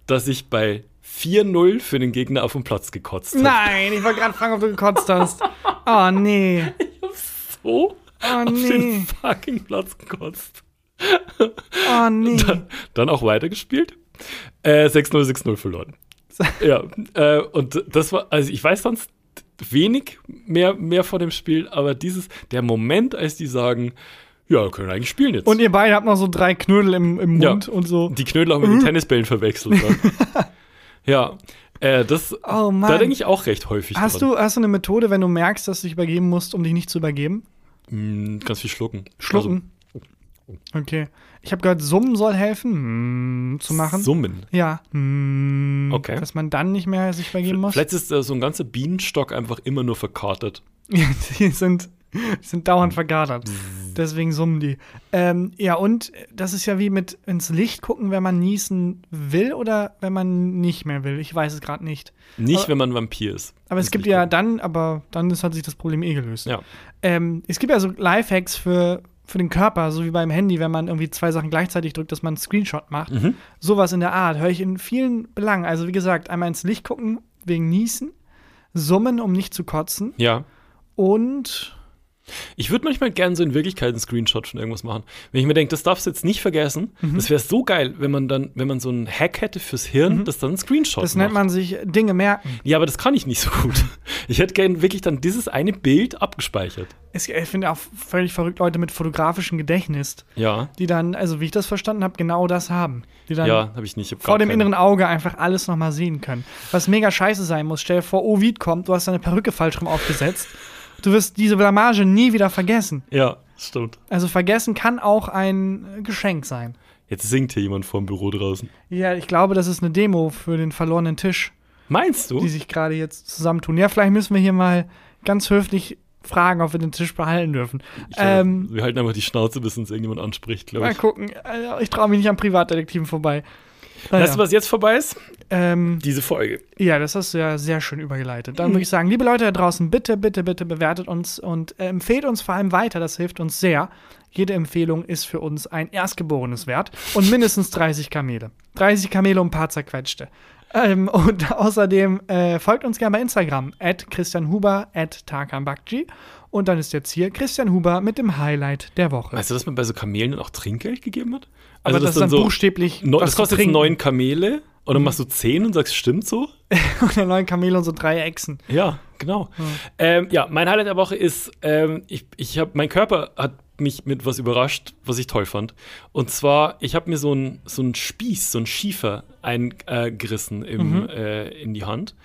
S3: dass ich bei 4-0 für den Gegner auf den Platz gekotzt habe.
S2: Nein, ich wollte gerade fragen, ob du gekotzt hast. Oh nee. Oh
S3: So auf
S2: nee.
S3: den fucking Platz gekotzt.
S2: Oh nee.
S3: Dann auch weitergespielt. Äh, 6-0, 6-0 verloren. ja, äh, und das war, also ich weiß sonst wenig mehr, mehr von dem Spiel, aber dieses, der Moment, als die sagen, ja, wir können eigentlich spielen jetzt.
S2: Und ihr beide habt noch so drei Knödel im, im
S3: Ja.
S2: Mund und so. Äh.
S3: Die Knödel haben wir mit den Tennisbällen verwechselt. Dann. ne? ja. Äh, das,
S2: Oh Mann.
S3: da denke ich auch recht häufig
S2: Hast
S3: dran.
S2: du, hast du eine Methode, wenn du merkst, dass du dich übergeben musst, um dich nicht zu übergeben?
S3: Mm, ganz viel schlucken.
S2: Schlucken.
S3: Also-
S2: Okay. Ich habe gehört, Summen soll helfen, mm, zu machen.
S3: Also, summen.
S2: Ja. Mm,
S3: Okay.
S2: Dass man dann nicht mehr sich übergeben muss.
S3: Vielleicht ist äh, so ein ganzer Bienenstock einfach immer nur verkartet.
S2: Ja, die sind, die sind dauernd vergadert.
S3: Mhm.
S2: Deswegen summen die. Ähm, ja, und das ist ja wie mit ins Licht gucken, wenn man niesen will oder wenn man nicht mehr will. Ich weiß es gerade nicht.
S3: Nicht,
S2: Aber-
S3: wenn man Vampir ist.
S2: Aber es
S3: Das
S2: gibt
S3: will ich
S2: ja
S3: gucken.
S2: dann, aber dann ist, hat sich das Problem eh gelöst.
S3: Ja.
S2: Ähm, es gibt ja so Lifehacks für, für den Körper, so wie beim Handy, wenn man irgendwie zwei Sachen gleichzeitig drückt, dass man einen Screenshot macht.
S3: Mhm.
S2: Sowas in der Art höre ich in vielen Belangen. Also wie gesagt, einmal ins Licht gucken wegen Niesen, summen, um nicht zu kotzen
S3: Ja.
S2: und
S3: Ich würde manchmal gerne so in Wirklichkeit einen Screenshot von irgendwas machen. Wenn ich mir denke, das darfst du jetzt nicht vergessen,
S2: Mhm.
S3: das wäre so geil, wenn man dann, wenn man so einen Hack hätte fürs Hirn, das dann einen Screenshot
S2: Mhm. das
S3: macht.
S2: nennt man sich Dinge merken.
S3: ja, aber das kann ich nicht so gut. Ich hätte gerne wirklich dann dieses eine Bild abgespeichert.
S2: Es, ich finde auch völlig verrückt Leute mit fotografischem Gedächtnis,
S3: Ja.
S2: die dann, also wie ich das verstanden habe, genau das haben. Die dann
S3: Ja, habe ich nicht. Ich hab
S2: vor
S3: gar
S2: dem
S3: keine.
S2: inneren Auge einfach alles nochmal sehen können. Was mega scheiße sein muss. Stell dir vor, Ovid kommt, du hast deine Perücke falsch rum aufgesetzt. Du wirst diese Blamage nie wieder vergessen.
S3: Ja, stimmt.
S2: Also vergessen kann auch ein äh, Geschenk sein.
S3: Jetzt singt hier jemand vorm Büro draußen.
S2: Ja, ich glaube, das ist eine Demo für den verlorenen Tisch,
S3: Meinst du?
S2: die sich gerade jetzt zusammentun. Ja, vielleicht müssen wir hier mal ganz höflich fragen, ob wir den Tisch behalten dürfen.
S3: Ich äh, glaub,
S2: Ähm,
S3: wir halten einfach die Schnauze, bis uns irgendjemand anspricht, glaube
S2: mal
S3: ich.
S2: gucken. Also, Ich traue mich nicht an Privatdetektiven vorbei. Naja,
S3: Weißt du, was jetzt vorbei ist?
S2: ähm,
S3: Diese Folge.
S2: Ja, das hast du ja sehr schön übergeleitet.
S3: Mhm.
S2: Dann würde ich sagen, liebe Leute da draußen, bitte, bitte, bitte bewertet uns und äh, empfehlt uns vor allem weiter. Das hilft uns sehr. Jede Empfehlung ist für uns ein erstgeborenes Wert und mindestens 30 Kamele. 30 Kamele und ein paar zerquetschte. Ähm, und außerdem äh, folgt uns gerne bei Instagram, at Christian Huber, at Tarkan Bakci. Und dann ist jetzt hier Christian Huber mit dem Highlight der Woche.
S3: Weißt du, dass man bei so Kamelen auch Trinkgeld gegeben hat?
S2: Aber das, ist dann
S3: Also so
S2: buchstäblich.
S3: Neu,
S2: was
S3: das
S2: zu
S3: kostet jetzt
S2: trinken. Mhm.
S3: neun Kamele und dann machst du zehn und sagst, stimmt so?
S2: neun Kamele und so drei Echsen.
S3: Ja, genau. Ja, ähm, ja mein Highlight der Woche ist, ähm, ich, ich hab, mein Körper hat mich mit was überrascht, was ich toll fand. Und zwar, ich habe mir so einen so einen Spieß, so einen Schiefer eingerissen im, äh, in die Hand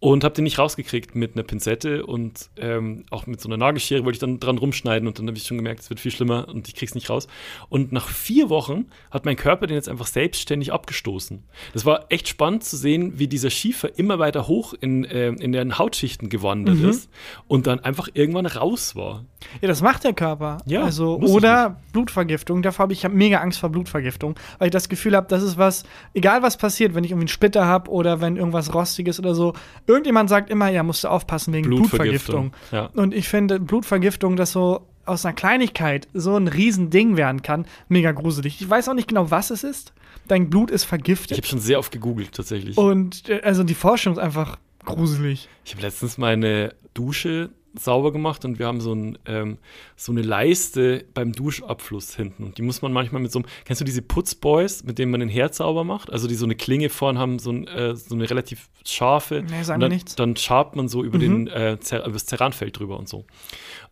S3: und habe den nicht rausgekriegt mit einer Pinzette und ähm, auch mit so einer Nagelschere wollte ich dann dran rumschneiden und dann habe ich schon gemerkt, es wird viel schlimmer und ich krieg's nicht raus. Und nach vier Wochen hat mein Körper den jetzt einfach selbstständig abgestoßen. Das war echt spannend zu sehen, wie dieser Schiefer immer weiter hoch in, ähm, in den Hautschichten gewandert ist und dann einfach irgendwann raus war.
S2: Ja, das macht der Körper.
S3: Ja,
S2: also,
S3: muss ich
S2: oder Blutvergiftung. Davor habe ich, ich hab mega Angst vor Blutvergiftung, weil ich das Gefühl habe, das ist was, egal was passiert, wenn ich irgendwie einen Splitter habe oder wenn irgendwas rostiges oder so, irgendjemand sagt immer, ja, musst du aufpassen wegen Blutvergiftung.
S3: Blutvergiftung, ja.
S2: Und ich finde Blutvergiftung, das so aus einer Kleinigkeit so ein Riesending werden kann, mega gruselig. Ich weiß auch nicht genau, was es ist. Dein Blut ist
S3: Ich
S2: vergiftet.
S3: habe schon sehr oft gegoogelt tatsächlich.
S2: und äh, also die Forschung ist einfach gruselig.
S3: Ich habe letztens meine Dusche sauber gemacht und wir haben so, ein, ähm, so eine Leiste beim Duschabfluss hinten. Und die muss man manchmal mit so einem, kennst du diese Putzboys, mit denen man den Herd sauber macht? Also die so eine Klinge vorn haben, so, ein, äh, so eine relativ scharfe.
S2: Nee, sagen
S3: und
S2: wir
S3: dann,
S2: nichts. Mhm.
S3: Dann schabt man so über den, äh, Zer über das Zerranfeld drüber und so.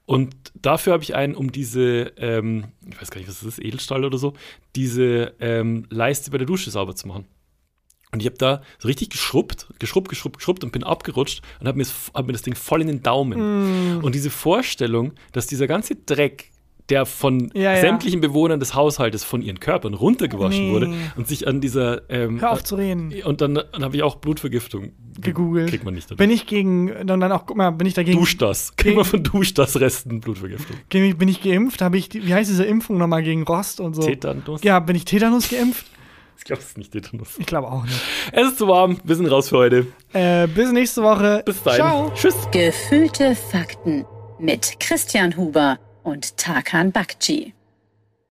S3: Und dafür habe ich einen, um diese, ähm, ich weiß gar nicht, was das ist, Edelstahl oder so, diese ähm, Leiste bei der Dusche sauber zu machen. Und ich habe da so richtig geschrubbt, geschrubbt, geschrubbt, geschrubbt und bin abgerutscht und habe mir, das- hab mir das Ding voll in den
S2: Mm.
S3: Daumen. Und diese Vorstellung, dass dieser ganze Dreck, der von
S2: Ja, ja.
S3: sämtlichen Bewohnern des Haushaltes von ihren Körpern runtergewaschen
S2: Nee.
S3: wurde und sich an dieser ähm,
S2: Hör auf zu reden.
S3: äh, und dann, dann habe ich auch Blutvergiftung ge-
S2: Gegoogelt.
S3: Kriegt man nicht.
S2: Bin ich gegen, und dann auch, guck mal, bin ich dagegen.
S3: Duschdas. Kriegt man von Duschdas-Resten Blutvergiftung.
S2: Bin ich- bin ich geimpft? Habe ich, die, wie heißt diese Impfung nochmal gegen Rost und so?
S3: Tetanus?
S2: Ja, bin ich Tetanus geimpft?
S3: Ich glaube, es ist nicht Tetanus.
S2: Ich glaube auch nicht.
S3: Es ist zu warm. Wir sind raus für heute.
S2: Äh, bis nächste Woche.
S3: Bis dahin.
S2: Ciao.
S3: Tschüss.
S1: Gefühlte Fakten mit Christian Huber und Tarkan Bakci.